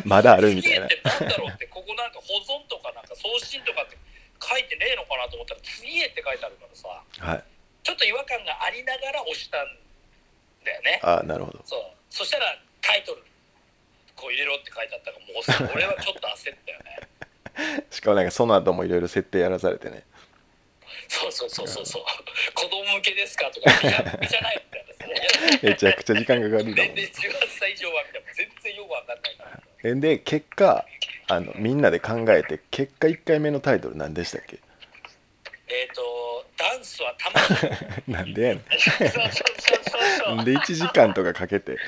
Speaker 1: まだあるみたいな
Speaker 2: 次へってなんだろうってここなんか保存とかなんか送信とかって書いてねえのかなと思ったら次へって書いてあるからさ
Speaker 1: はい
Speaker 2: ちょっと違和感がありながら押したんだよね
Speaker 1: ああなるほど
Speaker 2: そうそしたらタイトルこう入れろって書いてあったからもうさ俺はちょっと焦ったよね
Speaker 1: しかもなんかその後もいろいろ設定やらされてね
Speaker 2: そうそうそうそうそう子供向けですかとかいやじゃないみたいなさいや
Speaker 1: めちゃくちゃ時間かかるだも
Speaker 2: 年
Speaker 1: ん
Speaker 2: 齢18歳以上はみたいな全然よくわかんないから
Speaker 1: えで結果あのみんなで考えて結果1回目のタイトル何でしたっけ
Speaker 2: えっ、とダンスは魂
Speaker 1: なんでやね
Speaker 3: そうそうそうそ
Speaker 1: ん
Speaker 3: う。
Speaker 1: なんで1時間とかかけて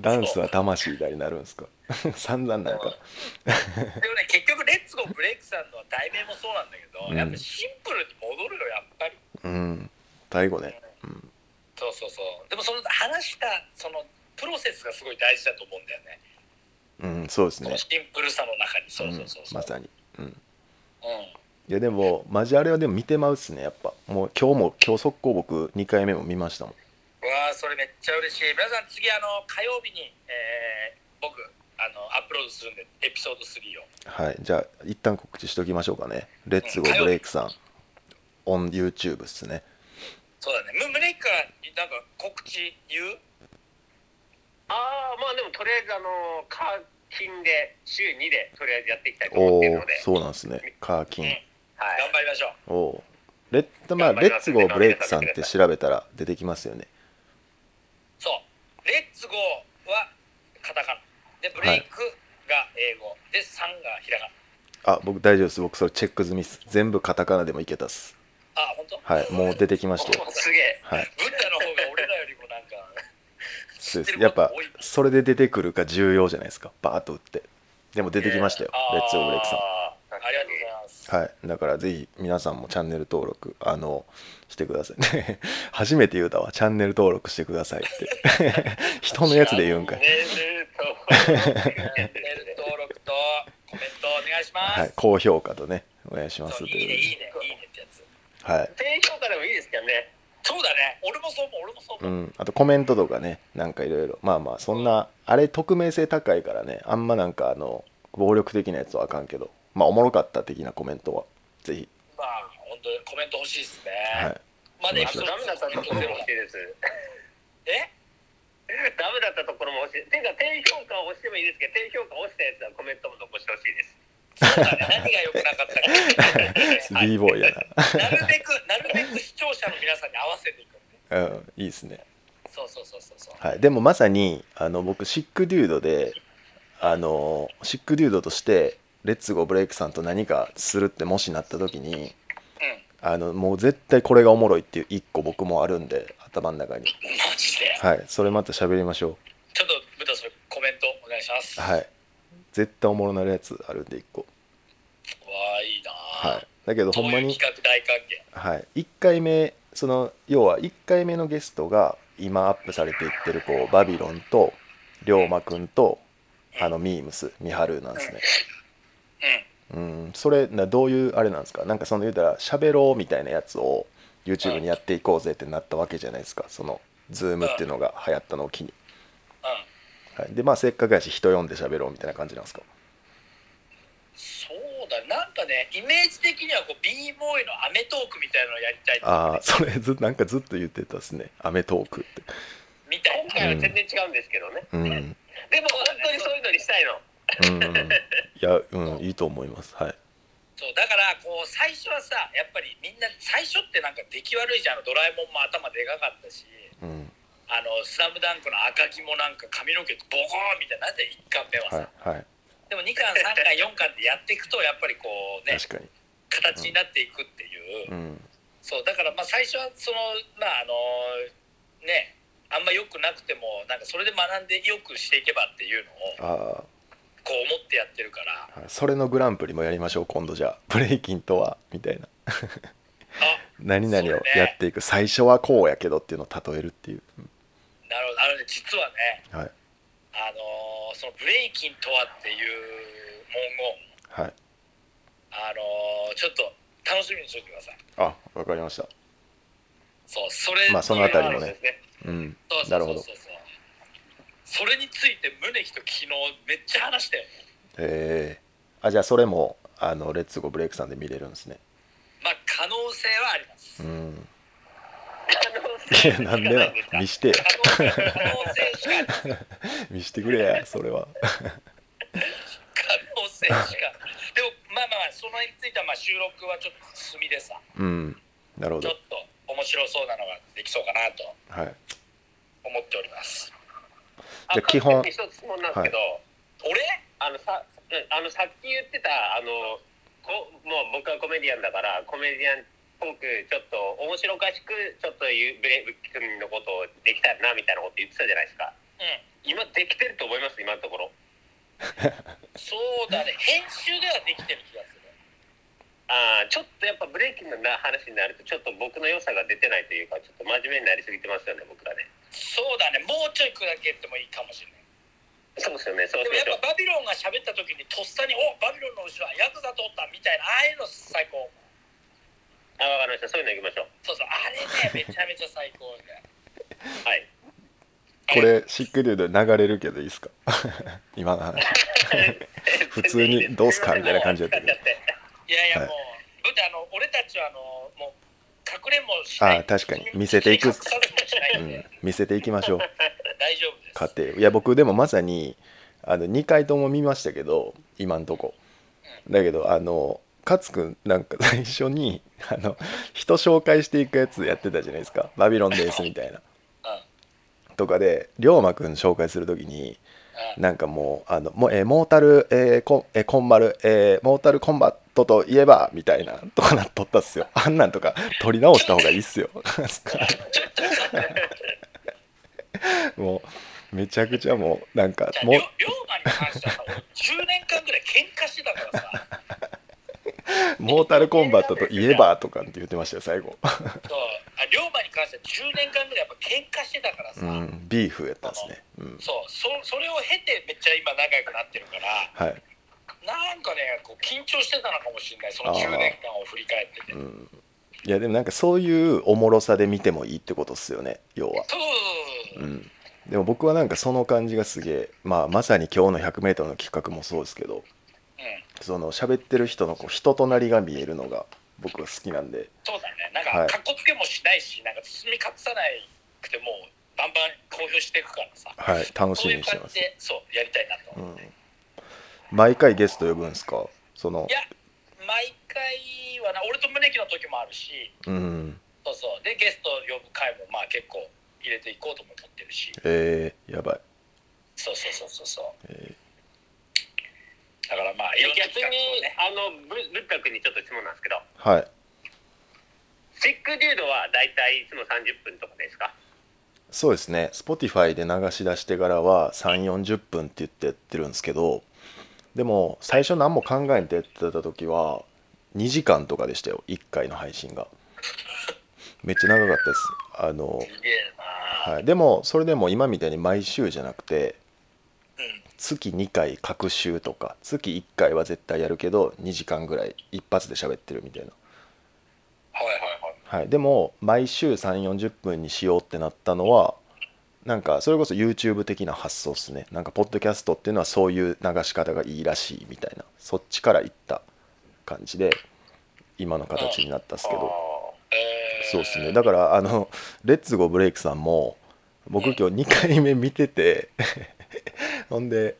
Speaker 1: ダンスは魂だになるんですか 散々なんか
Speaker 2: でもね結局レッツゴーブレイクさんの題名もそうなんだけど、
Speaker 1: うん
Speaker 2: やっぱシンプルに戻るよやっぱり
Speaker 1: うん最後ねうん
Speaker 2: そうそうそうでもその話したそのプロセスがすごい大事だと思うんだよね
Speaker 1: うんそうです
Speaker 2: そ
Speaker 1: ね
Speaker 2: のシンプルさの中にそううそ
Speaker 1: ん
Speaker 2: うそうそう、
Speaker 1: まさにうん
Speaker 2: うん
Speaker 1: いやでもマジあれはでも見てまうっすねやっぱもう今日も今日速攻僕2回目も見ましたもん
Speaker 2: わあそれめっちゃ嬉しい皆さん次あの火曜日に、えー僕あのアップロードするんでエピソード3を
Speaker 1: はいじゃあ一旦告知しときましょうかねレッツゴーブレイクさんオン YouTube っすね
Speaker 2: そうだねむ胸からなんか告知言う
Speaker 3: ああ、まあでもとりあえずあの課金で週2でとりあえずやっていきたいと思
Speaker 1: お
Speaker 3: っ
Speaker 1: お
Speaker 3: てるので。
Speaker 1: そうなんですねカーキン
Speaker 3: はい。
Speaker 2: 頑張りましょう
Speaker 1: おおレッドまあ
Speaker 3: 頑張り
Speaker 1: レ
Speaker 3: ま
Speaker 1: ッ
Speaker 3: す
Speaker 1: ツ
Speaker 3: ね
Speaker 1: ゴーブレイクさんって調べたら出てきますよね
Speaker 2: そうレッツゴーはカタカナでブレイクが英語、で3がひらがな
Speaker 1: あ僕大丈夫です僕それチェック済みっす全部カタカナでもいけたっす
Speaker 2: あ本当
Speaker 1: はいもう出てきましたよ
Speaker 3: おすげえ。
Speaker 1: はい
Speaker 2: ブッダの方が俺らよりもなんか
Speaker 1: そうですやっぱ
Speaker 2: 知ってること多い
Speaker 1: それで出てくるか重要じゃないですかバーッと打ってでも出てきましたよ
Speaker 2: あー
Speaker 1: レッツゴーブレイクさん
Speaker 2: ありがとうございます
Speaker 1: はい、だからぜひ皆さんもチャンネル登録あのしてください ね初めて言うたわチャンネル登録してくださいって 人のやつで言うんかい、
Speaker 2: チャンネル登録とコメントお願いします、
Speaker 1: はい、高評価とねお願いします
Speaker 2: そう
Speaker 1: と
Speaker 2: いいねい
Speaker 1: いう
Speaker 2: いねいいねってやつ
Speaker 1: はい
Speaker 3: 低評価でもいいですけどね。
Speaker 2: そうだね俺もそう思う俺もそう
Speaker 1: う
Speaker 2: 思う、
Speaker 1: ん、あとコメントとかねなんかいろいろまあまあそんなあれ匿名性高いからねあんまなんかあの暴力的なやつはあかんけどまあおもろかった的なコメントはぜひ
Speaker 2: まあ本ントコメント欲しいですね、
Speaker 1: はい
Speaker 2: まあね
Speaker 1: しまし
Speaker 3: と
Speaker 1: ょう
Speaker 3: ダメだったところも欲しいです。
Speaker 2: え
Speaker 3: ダメだったところも欲しい。てか低評価を押してもいいですけど、低評価を押したやつはコメントも残してほしいです。
Speaker 2: そうだね何が良くなかったか
Speaker 1: b ボーイや
Speaker 2: なるべくなるべく視聴者の皆さんに合わせていくんで
Speaker 1: な、うん、いいですね、
Speaker 2: そうそうそうそうそう
Speaker 1: はい、でもまさにあの僕シックデュードであのシックデュードとしてレッツゴーブレイクさんと何かするってもしなった時に
Speaker 2: うん
Speaker 1: あのもう絶対これがおもろいっていう一個僕もあるんで頭の中に
Speaker 2: マジで
Speaker 1: はいそれまた喋りましょ
Speaker 2: ちょっとブタそれコメントお願いします
Speaker 1: う
Speaker 2: わ
Speaker 1: はい絶対おもろなるやつあるんで一個
Speaker 2: あいいな
Speaker 1: は
Speaker 2: あ
Speaker 1: いだけどほんま
Speaker 2: そうい
Speaker 1: に
Speaker 2: う企画大歓迎
Speaker 1: はい、1回目その要は1回目のゲストが今アップされていってるこうバビロンと龍馬くんとあのミームスミハルなんですね
Speaker 2: うん
Speaker 1: うんそれなどういうあれなんですかなんかその言うたら喋ろうみたいなやつを YouTube にやっていこうぜってなったわけじゃないですかその Zoom っていうのが流行ったのを機に、
Speaker 2: うん
Speaker 1: はい、でまあせっかくやし人呼んで喋ろうみたいな感じなんですか
Speaker 2: そうだなんかねイメージ的にはこう b ボーイのアメトークみたいなのをやりたい
Speaker 1: ああそれずなんかずっと言ってたですね「アメトーク」って
Speaker 2: みたいな
Speaker 3: 今回は全然違うんですけどね。
Speaker 1: うんうん
Speaker 3: でも本当にそういうのにしたいの。
Speaker 1: いやうんいいと思いますはい
Speaker 2: そうだからこう最初はさやっぱりみんな最初ってなんか出来悪いじゃんドラえもんも頭でかかったし
Speaker 1: うん
Speaker 2: 「あのスラムダンクの赤木もなんか髪の毛ボコーンみたいななんで1巻目はさ、
Speaker 1: はいはい
Speaker 2: でも2巻3巻4巻ってやっていくとやっぱりこうね
Speaker 1: 確かに
Speaker 2: 形になっていくっていう、
Speaker 1: うん
Speaker 2: そうだからまあ最初はそのまああのねあんま良くなくてもなんかそれで学んで良くしていけばっていうのを
Speaker 1: あ
Speaker 2: こう思ってやってるから
Speaker 1: あそれのグランプリもやりましょう今度じゃあブレイキンとはみたいな
Speaker 2: あ
Speaker 1: 何々を
Speaker 2: そうね
Speaker 1: やっていく、最初はこうやけどっていうのを例えるっていう、
Speaker 2: なるほどあのね実はね
Speaker 1: うんはい
Speaker 2: あのーそのブレイキンとはっていう文言、
Speaker 1: はい
Speaker 2: あのーちょっと楽しみにしておいてください。
Speaker 1: あわかりました
Speaker 2: そう、それ、
Speaker 1: まあそのあたりも
Speaker 3: そうい
Speaker 1: ね
Speaker 3: う話ですね。
Speaker 1: うん
Speaker 2: そうそ
Speaker 1: な
Speaker 2: う
Speaker 1: る
Speaker 2: そ
Speaker 1: ほ
Speaker 2: う
Speaker 1: ど
Speaker 2: そうそう。それについて宗木と昨日めっちゃ話したよ。
Speaker 1: えー、あじゃあそれもあのレッツゴーブレイクさんで見れるんですね
Speaker 2: まあ可能性はあります。
Speaker 1: うんい
Speaker 3: 可
Speaker 1: や
Speaker 3: 能性
Speaker 1: なんで
Speaker 3: が
Speaker 1: な
Speaker 3: ないんですか
Speaker 1: 見してよ
Speaker 2: 可能性可能性しか
Speaker 1: 見してくれやそれは
Speaker 2: 可能性しか。でもまあまあまあそのについてはまあ収録はちょっと進みでさ、
Speaker 1: うんなるほ
Speaker 2: ちょっ
Speaker 1: ど
Speaker 2: と面白そうなのができそうかなと
Speaker 1: はい
Speaker 2: 思っております。
Speaker 1: じゃあ基本
Speaker 3: 一つ質問なんですけど、
Speaker 2: 俺？
Speaker 3: あのさうんあのさっき言ってたあのこもう僕はコメディアンだからコメディアントークちょっと面白おかしくちょっとゆブレブッキ君のことをできたらなみたいなこと言ってたじゃないですか
Speaker 2: うん。
Speaker 3: 今できてると思います今のところ
Speaker 2: そうだね。編集ではできてる気がする。
Speaker 3: あーちょっとやっぱブレイキンのな話になるとちょっと僕の良さが出てないというかちょっと真面目になりすぎてますよね僕らね
Speaker 2: そうだね。もうちょい砕けてもいいかもしれない。
Speaker 3: そうですよねそう
Speaker 2: で
Speaker 3: そ
Speaker 2: も
Speaker 3: う
Speaker 2: やっ
Speaker 3: そう
Speaker 2: ぱバビロンが喋った時にとっさに「おバビロンの後ろはヤクザ通った」みたいなああいうの最高
Speaker 3: あわかりましたそういうのいきましょう
Speaker 2: そうそうあれねめ ちゃめちゃ最高で
Speaker 3: はい
Speaker 1: これシックデュード流れるけどいいですか 今の話 普通にどうすかみたいな感じだったけど
Speaker 2: いやいや
Speaker 1: はい
Speaker 2: もう、だってあの俺たちはあのもう隠れもしない
Speaker 1: あー確かに見せていく
Speaker 2: 隠さずもしない
Speaker 1: うん
Speaker 2: で、
Speaker 1: ん見せていきましょう
Speaker 2: 大丈夫です
Speaker 1: 家庭いや僕でもまさにあの2回とも見ましたけど今んとこだけどあの勝くんなんか最初にあの人紹介していくやつやってたじゃないですか「バビロンです」みたいな
Speaker 2: うん
Speaker 1: とかで龍馬くん紹介する時に
Speaker 2: うん
Speaker 1: なんかもう「あのもうえーモータル、えーコンえーコンバル、えーモータルコンバットといえば」みたいなとかなっとったっすよあんなんとか取り直した方がいいっすよ もうめちゃくちゃもうなんか
Speaker 2: じゃあ
Speaker 1: もう
Speaker 2: 龍龍馬に関してはさ俺10年間ぐらい喧嘩してたからさ
Speaker 1: モータルコンバットといえばとかって言ってましたよ最後、
Speaker 2: そうあ龍馬に関しては10年間ぐらいやっぱ喧嘩してたからさ、
Speaker 1: うん、ビーフやったんですね、うん、
Speaker 2: そうそそれを経てめっちゃ今仲良くなってるから
Speaker 1: はい、
Speaker 2: なんかねこう緊張してたのかもしれないその10年間を振り返ってて、
Speaker 1: うん、いやでもなんかそういうおもろさで見てもいいってことっすよね要は、
Speaker 2: そうう
Speaker 1: う
Speaker 2: ん
Speaker 1: ん、でも僕はなんかその感じがすげえ、まあ、まさに今日の 100m の企画もそうですけどその喋ってる人のこう人となりが見えるのが僕は好きなんで
Speaker 2: そうだねなん
Speaker 1: はい
Speaker 2: かかっこつけもしないし、なんか包み隠さないくてもうバンバン公表していくからさ
Speaker 1: はい楽し
Speaker 2: そう
Speaker 1: み
Speaker 2: いう
Speaker 1: にして
Speaker 2: 感
Speaker 1: ま
Speaker 2: じ
Speaker 1: す
Speaker 2: でそうやりたいなと、
Speaker 1: うん毎回ゲスト呼ぶんですかその
Speaker 2: いや毎回はな俺と胸キの時もあるし
Speaker 1: うん
Speaker 2: そうそうでゲスト呼ぶ回もまあ結構入れていこうとも思ってるし
Speaker 1: えー、やばい
Speaker 2: そうそうそうそうそう
Speaker 1: え
Speaker 2: だからまあいろんな
Speaker 3: 逆
Speaker 2: 企画を
Speaker 3: に
Speaker 2: ね
Speaker 3: あのぶぶっかくんにちょっと質問なんですけど
Speaker 1: ーはい
Speaker 3: シックデュードは大体いつも30分とかですか
Speaker 1: そうですね Spotify で流し出してからは3 4 0分って言ってやってるんですけどでも最初何も考えんってやってた時は2時間とかでしたよ1回の配信がめっちゃ長かったですあの、
Speaker 2: すげえな、
Speaker 1: はい、でもそれでも今みたいに毎週じゃなくて
Speaker 2: うん
Speaker 1: 月2回隔週とか月1回は絶対やるけど2時間ぐらい一発で喋ってるみたいな、
Speaker 2: はいはいはい
Speaker 1: はい、でも毎週3 4 0分にしようってなったのはなんかそれこそ YouTube 的な発想っすねなんかポッドキャストっていうのはそういう流し方がいいらしいみたいなそっちからいった感じで今の形になったっすけど
Speaker 2: えー
Speaker 1: そうですねだからあのレッツゴーブレイクさんも僕今日2回目見てて ほんで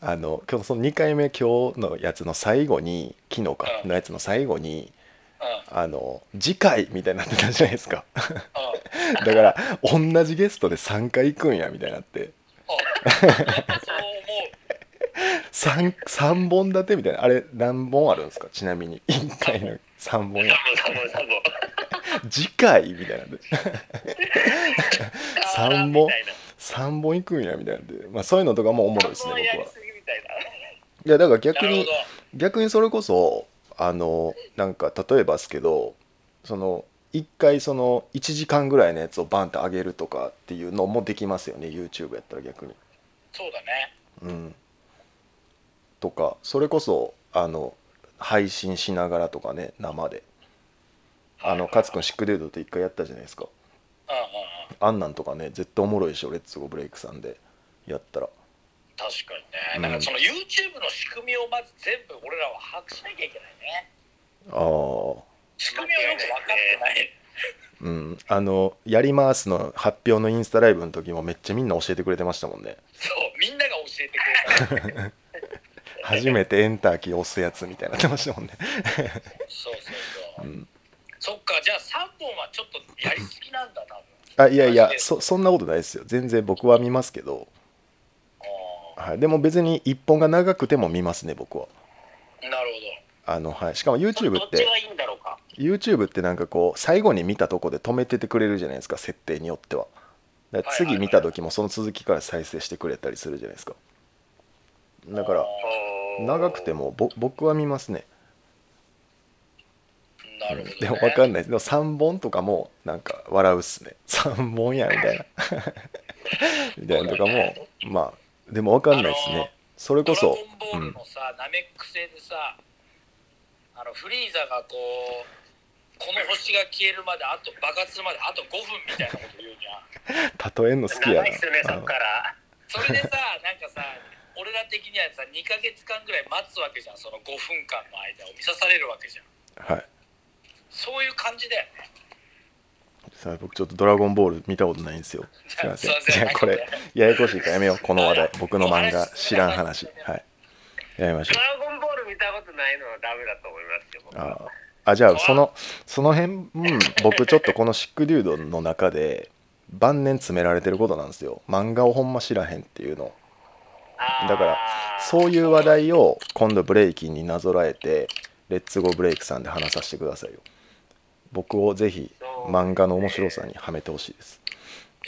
Speaker 1: あの今日その2回目今日のやつの最後に昨日か
Speaker 2: うん
Speaker 1: のやつの最後に
Speaker 2: うん
Speaker 1: あの次回みたいになってたじゃないですか
Speaker 2: うん
Speaker 1: だから同じゲストで3回行くんやみたいになって
Speaker 2: あ そう思う
Speaker 1: 3, 三本立てみたいなあれ何本あるんですかちなみに1回の3本や
Speaker 3: サボサボサボ
Speaker 1: 次回みたいになって三本
Speaker 3: みたいな
Speaker 1: 3本行くんやみたいになって、まあ、そういうのとかもおもろいですね
Speaker 3: 三本や
Speaker 1: 僕
Speaker 3: り
Speaker 1: は
Speaker 3: すぎみたいない
Speaker 1: やだから逆
Speaker 2: なる
Speaker 1: に
Speaker 2: ほど
Speaker 1: 逆にそれこそあのなんか例えばですけどその一回その1時間ぐらいのやつをバンって上げるとかっていうのもできますよね YouTube やったら逆に。
Speaker 2: そうだね
Speaker 1: うん、とかそれこそあの配信しながらとかね生であの勝君シックデュードって一回やったじゃないですか
Speaker 2: うんうんうん
Speaker 1: あんなんとかね絶対おもろいでしょレッツゴーブレイクさんでやったら
Speaker 2: 確かに
Speaker 1: う
Speaker 2: ね
Speaker 1: ん
Speaker 2: なんかその YouTube の仕組みをまず全部俺らは把握しなきゃいけないね
Speaker 1: ああ
Speaker 2: 仕組みをよく分かってない
Speaker 1: うん、あの「やります」の発表のインスタライブの時もめっちゃみんな教えてくれてましたもんね
Speaker 2: そうみんなが教えてくれた
Speaker 1: 初めてエンターキー押すやつみたいになってましたもんね
Speaker 2: そうそうそう、
Speaker 1: うん
Speaker 2: そっかじゃあ3本はちょっとやりすぎなんだ多分
Speaker 1: あいやいや
Speaker 2: マジで
Speaker 1: そそんなことないですよ全然僕は見ますけど、
Speaker 2: あ
Speaker 1: はい、でも別に一本が長くても見ますね僕は
Speaker 2: ーなるほ
Speaker 1: あの、はい、しかも YouTube
Speaker 3: ど
Speaker 1: っ
Speaker 3: っち
Speaker 1: て
Speaker 3: がいいんだろうか
Speaker 1: YouTube ってなんかこう最後に見たとこで止めててくれるじゃないですか設定によってはだか
Speaker 2: はいは
Speaker 1: ら
Speaker 2: い
Speaker 1: 次
Speaker 2: はい
Speaker 1: 見た時もその続きから再生してくれたりするじゃないですか
Speaker 2: ど
Speaker 1: だから
Speaker 3: おー
Speaker 1: 長くてもぼ僕は見ますね
Speaker 2: なるほど、ね、
Speaker 1: でも分かんないですでも3本とかもなんか笑うっすね3 本やみたいなみたいなとかもまあでも分かんないです
Speaker 2: あのー
Speaker 1: ねそれ
Speaker 2: ド
Speaker 1: こ
Speaker 2: ラ
Speaker 1: そ
Speaker 2: ゴンボールのさ、ナメック星でさあのフリーザがこうこの星が消えるまであと爆発するまであと5分みたいなこと言うじゃん
Speaker 1: うん例えんの好きや
Speaker 3: 長
Speaker 1: ない
Speaker 3: っすねそっから
Speaker 2: それでさなんかさ俺ら的にはさ2ヶ月間ぐらい待つわけじゃんその5分間の間を見さされるわけじゃん
Speaker 1: うんはい
Speaker 2: そういう感じだよね
Speaker 1: さあ僕ちょっと「ドラゴンボール」見たことないんですよすいません
Speaker 2: すいません
Speaker 1: じゃあこれややこしいからやめようこの話題僕の漫画知らん話はいやめましょ
Speaker 3: ドラゴンボール見たことないのはダメだと思いますよ
Speaker 1: う
Speaker 3: 僕
Speaker 1: あーあじゃあそのその辺、うん、僕ちょっとこの「シックデュード」の中で晩年詰められてることなんですよ漫画をほんま知らへんっていうの
Speaker 3: あー
Speaker 1: だからそういう話題を今度ブレイキンになぞらえてレッツゴーブレイクさんで話させてくださいよ僕をぜひ漫画の面白さにはめてほしいです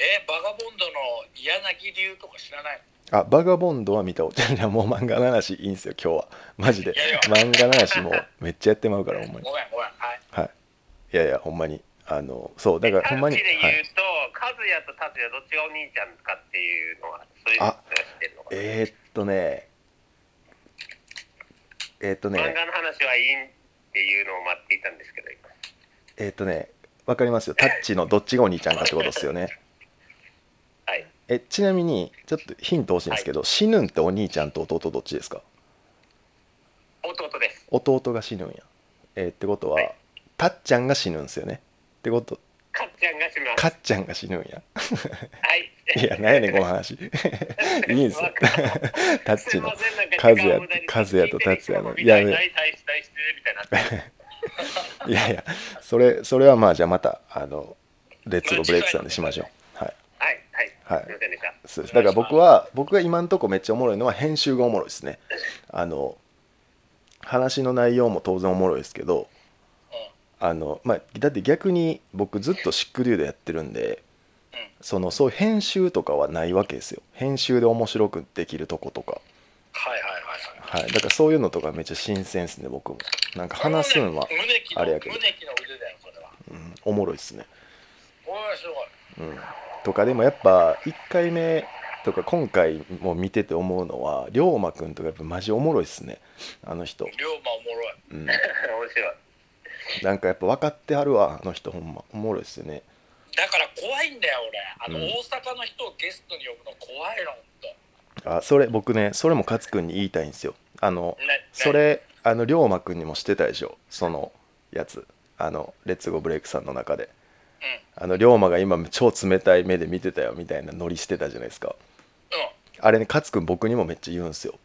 Speaker 2: えバガボンドの柳流とか知らない
Speaker 1: あバガボンドは見たおじゃもう漫画の話いいんですよ今日はマジで
Speaker 2: いやいや
Speaker 1: 漫画の話もうめっちゃやってまうからほんまに
Speaker 2: ごめんごめんはい
Speaker 1: はいいやいやほんまにあのそうだからほんまに、
Speaker 3: 各
Speaker 1: は
Speaker 3: 地で言、
Speaker 1: いう
Speaker 3: と、和也と達也どっちがお兄ちゃんかっていうのはそういうの
Speaker 1: あ
Speaker 3: してるのかな、
Speaker 1: えー、っとねえー、っとね
Speaker 3: 漫画の話はいいっていうのを待っていたんですけど今
Speaker 1: えーっとねわかりますよタッチのどっちがお兄ちゃんかってことですよね
Speaker 3: はい
Speaker 1: えちなみにちょっとヒント欲しいんですけど、死ぬんってお兄ちゃんと弟どっちですか
Speaker 3: 弟です
Speaker 1: 弟が死ぬんやえーってことは、
Speaker 3: はい
Speaker 1: たっちゃんが死ぬんですよねってこと
Speaker 3: かっちゃんがします
Speaker 1: かっちゃんが死ぬんや
Speaker 3: はい
Speaker 1: いやなんやねんこの話いいんですよタッチの
Speaker 3: カズヤ
Speaker 1: カズヤと達也の
Speaker 3: いや
Speaker 1: いや
Speaker 3: め。大体大してるみたいになってる。
Speaker 1: いやいやそれそれはまあじゃあまたあのレッツゴーブレイクさんでしましょうはい
Speaker 3: はいはい。
Speaker 1: はい
Speaker 3: すみませんでした。
Speaker 1: そうですだから僕は僕が今のとこめっちゃおもろいのは編集がおもろいですねあの話の内容も当然おもろいですけどあの、まあ、だって逆に僕ずっとシックデューでやってるんで
Speaker 2: うん
Speaker 1: そのそういう編集とかはないわけですよ編集で面白くできるとことか、
Speaker 2: はいはいはいはい
Speaker 1: はい、だからそういうのとかめっちゃ新鮮ですね僕もなんか話すのは、
Speaker 2: 胸木の
Speaker 1: あれやけど
Speaker 2: 胸木の腕だよこれは
Speaker 1: うん、おもろいですね
Speaker 2: これはすごい
Speaker 1: うんとかでもやっぱ1回目とか今回も見てて思うのは龍馬くんとかやっぱマジおもろいっすねあの人、
Speaker 2: 龍馬おもろい
Speaker 1: うん、
Speaker 3: 面白い。
Speaker 1: なんかやっぱ分かってはるわあの人ほんまおもろいっすよね
Speaker 2: だから怖いんだよ俺あの
Speaker 1: うん
Speaker 2: 大阪の人をゲストに呼ぶの怖いのほんと
Speaker 1: あそれ僕ねそれも勝くんに言いたいんですよあの
Speaker 2: なな
Speaker 1: それあの龍馬くんにもしてたでしょそのやつあのレッツゴーブレイクさんの中で
Speaker 2: う
Speaker 1: あの龍馬が今超冷たい目で見てたよみたいなノリしてたじゃないですか
Speaker 2: んうん
Speaker 1: あれね勝くん僕にもめっちゃ言うんすよ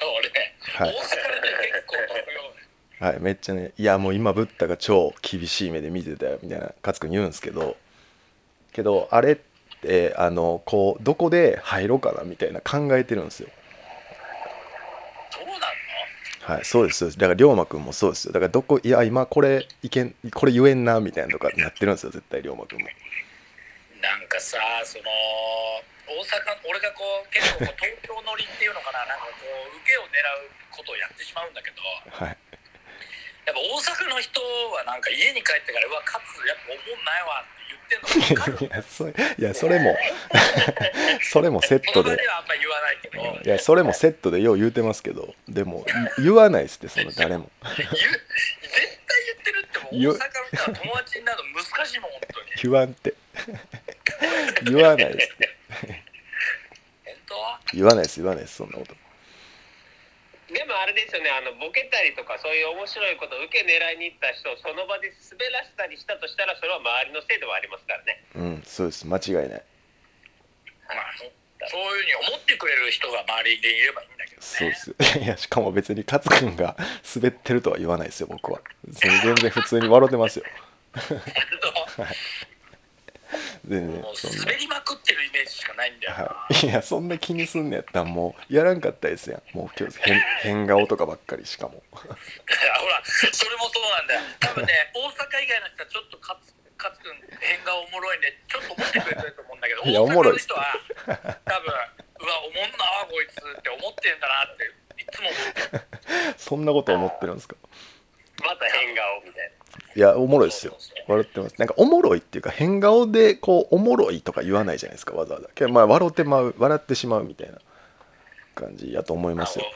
Speaker 2: 俺ね、
Speaker 1: はい
Speaker 2: 大阪で結構乗るよね
Speaker 1: はい、めっちゃね「いやもう今ブッダが超厳しい目で見てたよ」みたいな勝君言うんですけどけどあれってあのこうどこで入ろうかなみたいな考えてるんですよ。
Speaker 2: そうなの
Speaker 1: はい、そうですそうですだから龍馬君もそうですよだからどこいや今これいけんこれ言えんなみたいなとかなってるんですよ絶対龍馬君も
Speaker 2: なんかさその大阪俺がこう結 構こう東京乗りっていうのかななんかこう受けを狙うことをやってしまうんだけど
Speaker 1: はい
Speaker 2: やっぱ大阪の人はなんか家に帰ってから「うわ勝つやっぱおもんないわ」って言ってんのわかる
Speaker 1: いやそれいやそれも それも セッ
Speaker 2: 言
Speaker 1: ト
Speaker 2: 葉
Speaker 1: で
Speaker 2: ではあんま言わないけど言
Speaker 1: いやそれもセットでよう言うてますけどでも言わないっすってその誰も
Speaker 2: う絶対言ってるっても
Speaker 1: 言う
Speaker 2: う大阪の人は友達になるの難しいもん本当に
Speaker 1: 言わんって 言わないっすって
Speaker 2: 本当は
Speaker 1: 言わないです言わないですそんなこと
Speaker 3: でもあれですよね。あのボケたりとかそういう面白いことを受け狙いに行った人をその場で滑らせたりしたとしたらそれは周りのせいではありますからね。
Speaker 1: うんそうです間違いない
Speaker 2: まあそそういうふうに思ってくれる人が周りでいればいいんだけどね
Speaker 1: そうです いやしかも別に勝君が 滑ってるとは言わないですよ僕はそれ全然普通に笑ってますよ
Speaker 2: あ
Speaker 1: 全
Speaker 2: の
Speaker 1: 然
Speaker 2: もう
Speaker 1: そん
Speaker 2: 滑りまくってるイメージしかないんだよ
Speaker 1: な、
Speaker 2: な、
Speaker 1: はい、いやそんな気にすんのやったらもうやらんかったですやんもう今日変変顔とかばっかりしかも
Speaker 2: ほらそれもそうなんだよ多分ね大阪以外の人はちょっと勝つ勝君変顔おもろいねちょっと思ってくれてると思うんだけど
Speaker 1: いやおもろいっす
Speaker 2: 大阪の人は多分うわおもんなわこいつって思ってんだなっていつも思ってる
Speaker 1: そんなこと思ってるんですか
Speaker 3: また変顔みたいな。
Speaker 1: いやおもろいですよ
Speaker 2: そうそうそう
Speaker 1: 笑ってますなんかおもろいっていうか変顔でこうおもろいとか言わないじゃないですかわざわざけどまあ笑ってまう笑ってしまうみたいな感じやと思いますよ
Speaker 2: だ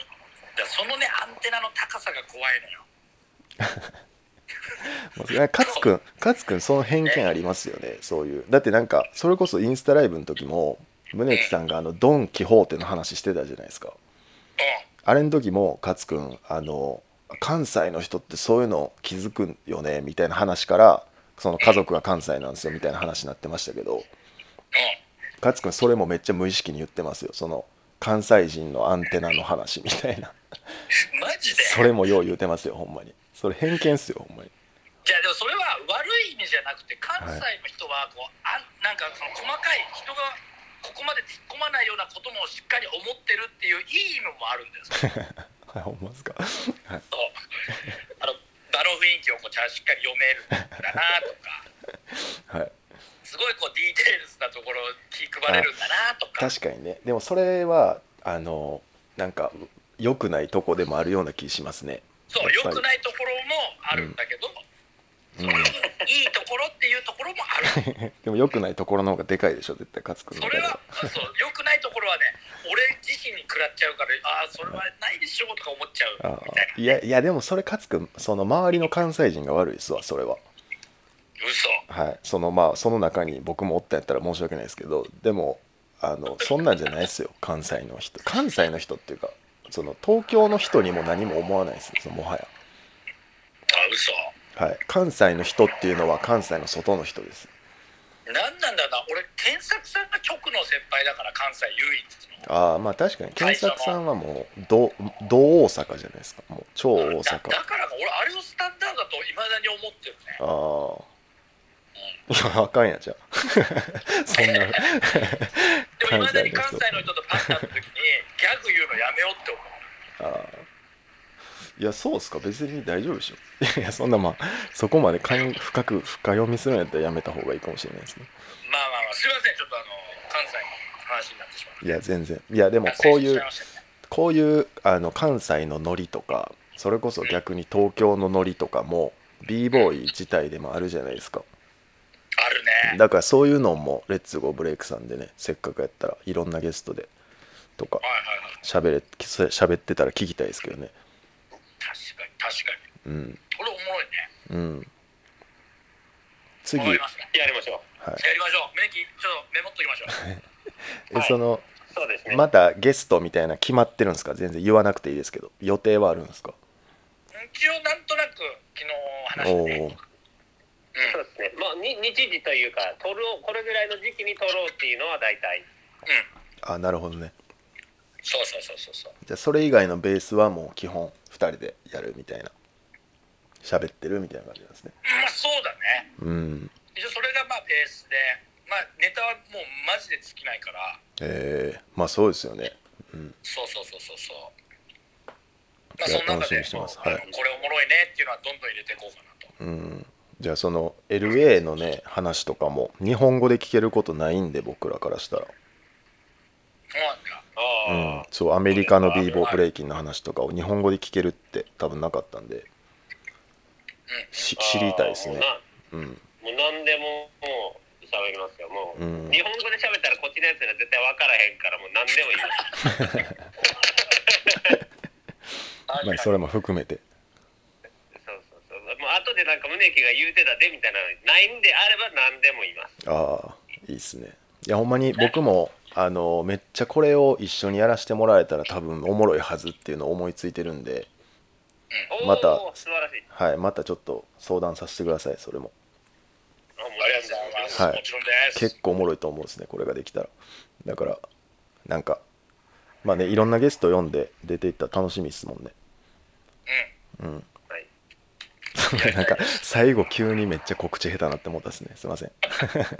Speaker 2: からそのねアンテナの高さが怖いのよ
Speaker 1: まあ勝くん勝くんその偏見ありますよねそういうだってなんかそれこそインスタライブの時も宗木さんがあのドン・キホーテの話してたじゃないですか
Speaker 2: う
Speaker 1: あれの時も勝くんあの関西の人ってそういうの気づくんよねみたいな話からその家族が関西なんですよみたいな話になってましたけど
Speaker 2: んうん
Speaker 1: 勝くんそれもめっちゃ無意識に言ってますよその関西人のアンテナの話みたいな
Speaker 2: マジで
Speaker 1: それもよう言うてますよほんまにそれ偏見っすよほんまに
Speaker 2: じゃあでもそれは悪い意味じゃなくて関西の人はこう、あんなんかその細かい人がここまで突っ込まないようなこともしっかり思ってるっていういい意味もあるんですよ
Speaker 1: はいほんまですかはい
Speaker 2: そうあの場の雰囲気をこうちゃんとしっかり読めるんだなとか
Speaker 1: はい
Speaker 2: すごいこうディテールズなところを気配れるんだなとか
Speaker 1: 確かにねでもそれはあのなんか良くないとこでもあるような気しますね
Speaker 2: そう良くないところもあるんだけど、
Speaker 1: うん
Speaker 2: それいいところっていうところもある
Speaker 1: でも良くないところの方がでかいでしょ絶対勝君
Speaker 2: そ
Speaker 1: の中
Speaker 2: れ
Speaker 1: で
Speaker 2: は
Speaker 1: は
Speaker 2: そう良くないところはね俺自身に食らっちゃうからああそれはないでしょうとか思っちゃう
Speaker 1: あ
Speaker 2: みたい
Speaker 1: ーいやいやでもそれ勝君その周りの関西人が悪いですわそれは
Speaker 2: な嘘
Speaker 1: はいそのまあその中に僕もおったんやったら申し訳ないですけどでもあのそんなんじゃないですよ関西の人関西の人っていうかその東京の人にも何も思わないですよそのもはや
Speaker 2: あ嘘
Speaker 1: はい、関西の人っていうのは関西の外の人です
Speaker 2: なんなんだろうな俺検索さんが局の先輩だから関西唯一の
Speaker 1: ああまあ確かに検索さんはもうど同大阪じゃないですかもう超大阪
Speaker 2: だだからか俺あれをスタンダードだといまだに思ってるね
Speaker 1: ああいやあかんやじゃあ そんな
Speaker 2: でもいまだに関
Speaker 1: 関
Speaker 2: 西
Speaker 1: 西
Speaker 2: の人とパッタの時に ギャグ言うのやめようって思う
Speaker 1: ああいやそうっすか別に大丈夫でしょいやいやそんなまあそこまでかん深く深読みするんやったらやめた方がいいかもしれないですね
Speaker 2: まあまあまあすいませんちょっとあの関西の話になってしまう
Speaker 1: いや全然いやでも
Speaker 2: 脱
Speaker 1: こ
Speaker 2: 線し
Speaker 1: うい
Speaker 2: ち
Speaker 1: う
Speaker 2: ゃましたね
Speaker 1: こういうあの関西のノリとかそれこそ逆に東京のノリとかも b ボーイ自体でもあるじゃないですか
Speaker 2: あるね
Speaker 1: だからそういうのも「レッツゴーブレイク」さんでねせっかくやったらいろんなゲストでとか
Speaker 2: はいはいはい
Speaker 1: 喋れ喋ってたら聞きたいですけどね
Speaker 2: 確かに確かに
Speaker 1: うん
Speaker 2: これおもろいね
Speaker 1: うん次
Speaker 2: わかりましたね
Speaker 3: やりましょう。
Speaker 1: はい
Speaker 2: やりましょうメイキちょっとメモっときましょう
Speaker 1: えその
Speaker 3: そうですね。
Speaker 1: またゲストみたいな決まってるんですか全然言わなくていいですけど予定はあるんですか
Speaker 2: 一応なんとなく昨日話
Speaker 1: お
Speaker 2: し
Speaker 1: お
Speaker 2: てね
Speaker 1: ー
Speaker 3: そうですね。もうに日時というか、取ろうこれぐらいの時期に取ろうっていうのは大体。
Speaker 2: うん
Speaker 1: あなるほどね
Speaker 2: そうそうそうそうそう
Speaker 1: じゃあそれ以外のベースはもう基本2人でやるみたいな喋ってるみたいな感じなんですね
Speaker 2: まあそうだね
Speaker 1: うん
Speaker 2: 一応それがまあベースでまあネタはもうマジで尽きないから
Speaker 1: ええまあそうですよねうん
Speaker 2: そうそうそうそうそうまあ
Speaker 1: い
Speaker 2: そ
Speaker 1: や
Speaker 2: の中で
Speaker 1: 楽しみにしてます
Speaker 2: あの
Speaker 1: はい
Speaker 2: これおもろいねっていうのはどんどん入れていこうかなと
Speaker 1: うんじゃあその LA のね話とかも日本語で聞けることないんで僕らからしたら、
Speaker 2: そうなんだ
Speaker 1: う
Speaker 3: あ
Speaker 1: ん
Speaker 3: あ、、
Speaker 1: そうアメリカの b ボーブレイキンの話とかを日本語で聞けるって多分なかったんでし知りたいですね
Speaker 3: ああ
Speaker 1: うん
Speaker 3: もうなもう何でももう喋りますよ。もう、
Speaker 1: うん
Speaker 3: 日本語で喋ったらこっちのやつら絶対分からへんからもう何でも言います。
Speaker 1: まあそれも含めて
Speaker 3: そうそうそう。もう後でなんか胸木が言うてたでみたいなのないんであれば何でも言います。
Speaker 1: ああいいっすねいやほんまに僕もあのめっちゃこれを一緒にやらせてもらえたら多分おもろいはずっていうのを思いついてるんで、
Speaker 3: おお、
Speaker 1: また
Speaker 3: 素晴らしい。
Speaker 1: はい、またちょっと相談させてくださいそれも
Speaker 3: あもう
Speaker 2: ありがとうございます、
Speaker 1: はい
Speaker 2: もちろんです
Speaker 1: 結構おもろいと思うんですねこれができたらだからなんかまあねいろんなゲスト読んで出ていったら楽しみっすもんね
Speaker 2: うん
Speaker 1: うん
Speaker 3: はい
Speaker 1: なんか最後急にめっちゃ告知下手なって思ったですねすいません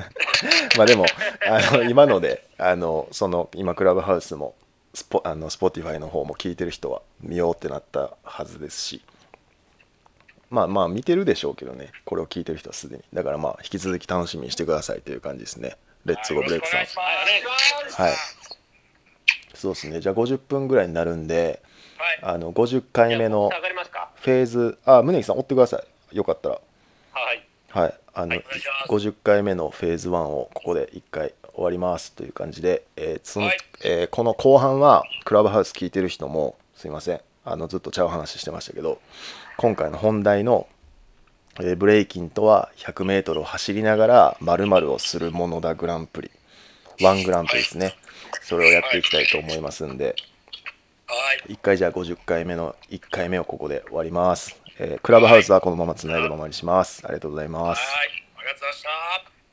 Speaker 1: まあでもあの今のであのその今クラブハウスもスポあの Spotify の方も聞いてる人は見ようってなったはずですしまあまあ見てるでしょうけどねこれを聞いてる人はすでにだからまあ引き続き楽しみにしてくださいという感じですねレッツゴーブレイクさん
Speaker 2: はいよろしくお願いします
Speaker 1: はい。そうですね。じゃあ50分ぐらいになるんで、
Speaker 2: はい
Speaker 1: あの50回目の
Speaker 3: 下がりますか。
Speaker 1: フェーズ、あ、宗木さん追ってください。よかったら。
Speaker 3: はい。
Speaker 1: はい。あ
Speaker 2: は
Speaker 1: の、
Speaker 2: いお願いします
Speaker 1: 50回目のフェーズ1をここで1回終わりますという感じで、えーつん
Speaker 2: はい
Speaker 1: えーこの後半はクラブハウス聞いてる人も、すいません。あの、ずっとちゃう話してましたけど、今回の本題の、えーブレイキンとは100メートルを走りながら〇〇をするものだグランプリ。ワングランプリですね。それをやっていきたいと思いますんで、
Speaker 2: はい
Speaker 1: 1回じゃあ50回目の1回目をここで終わります。えークラブハウスはこのままつないでままにします。ありがとうございます。
Speaker 2: はいありがとうございました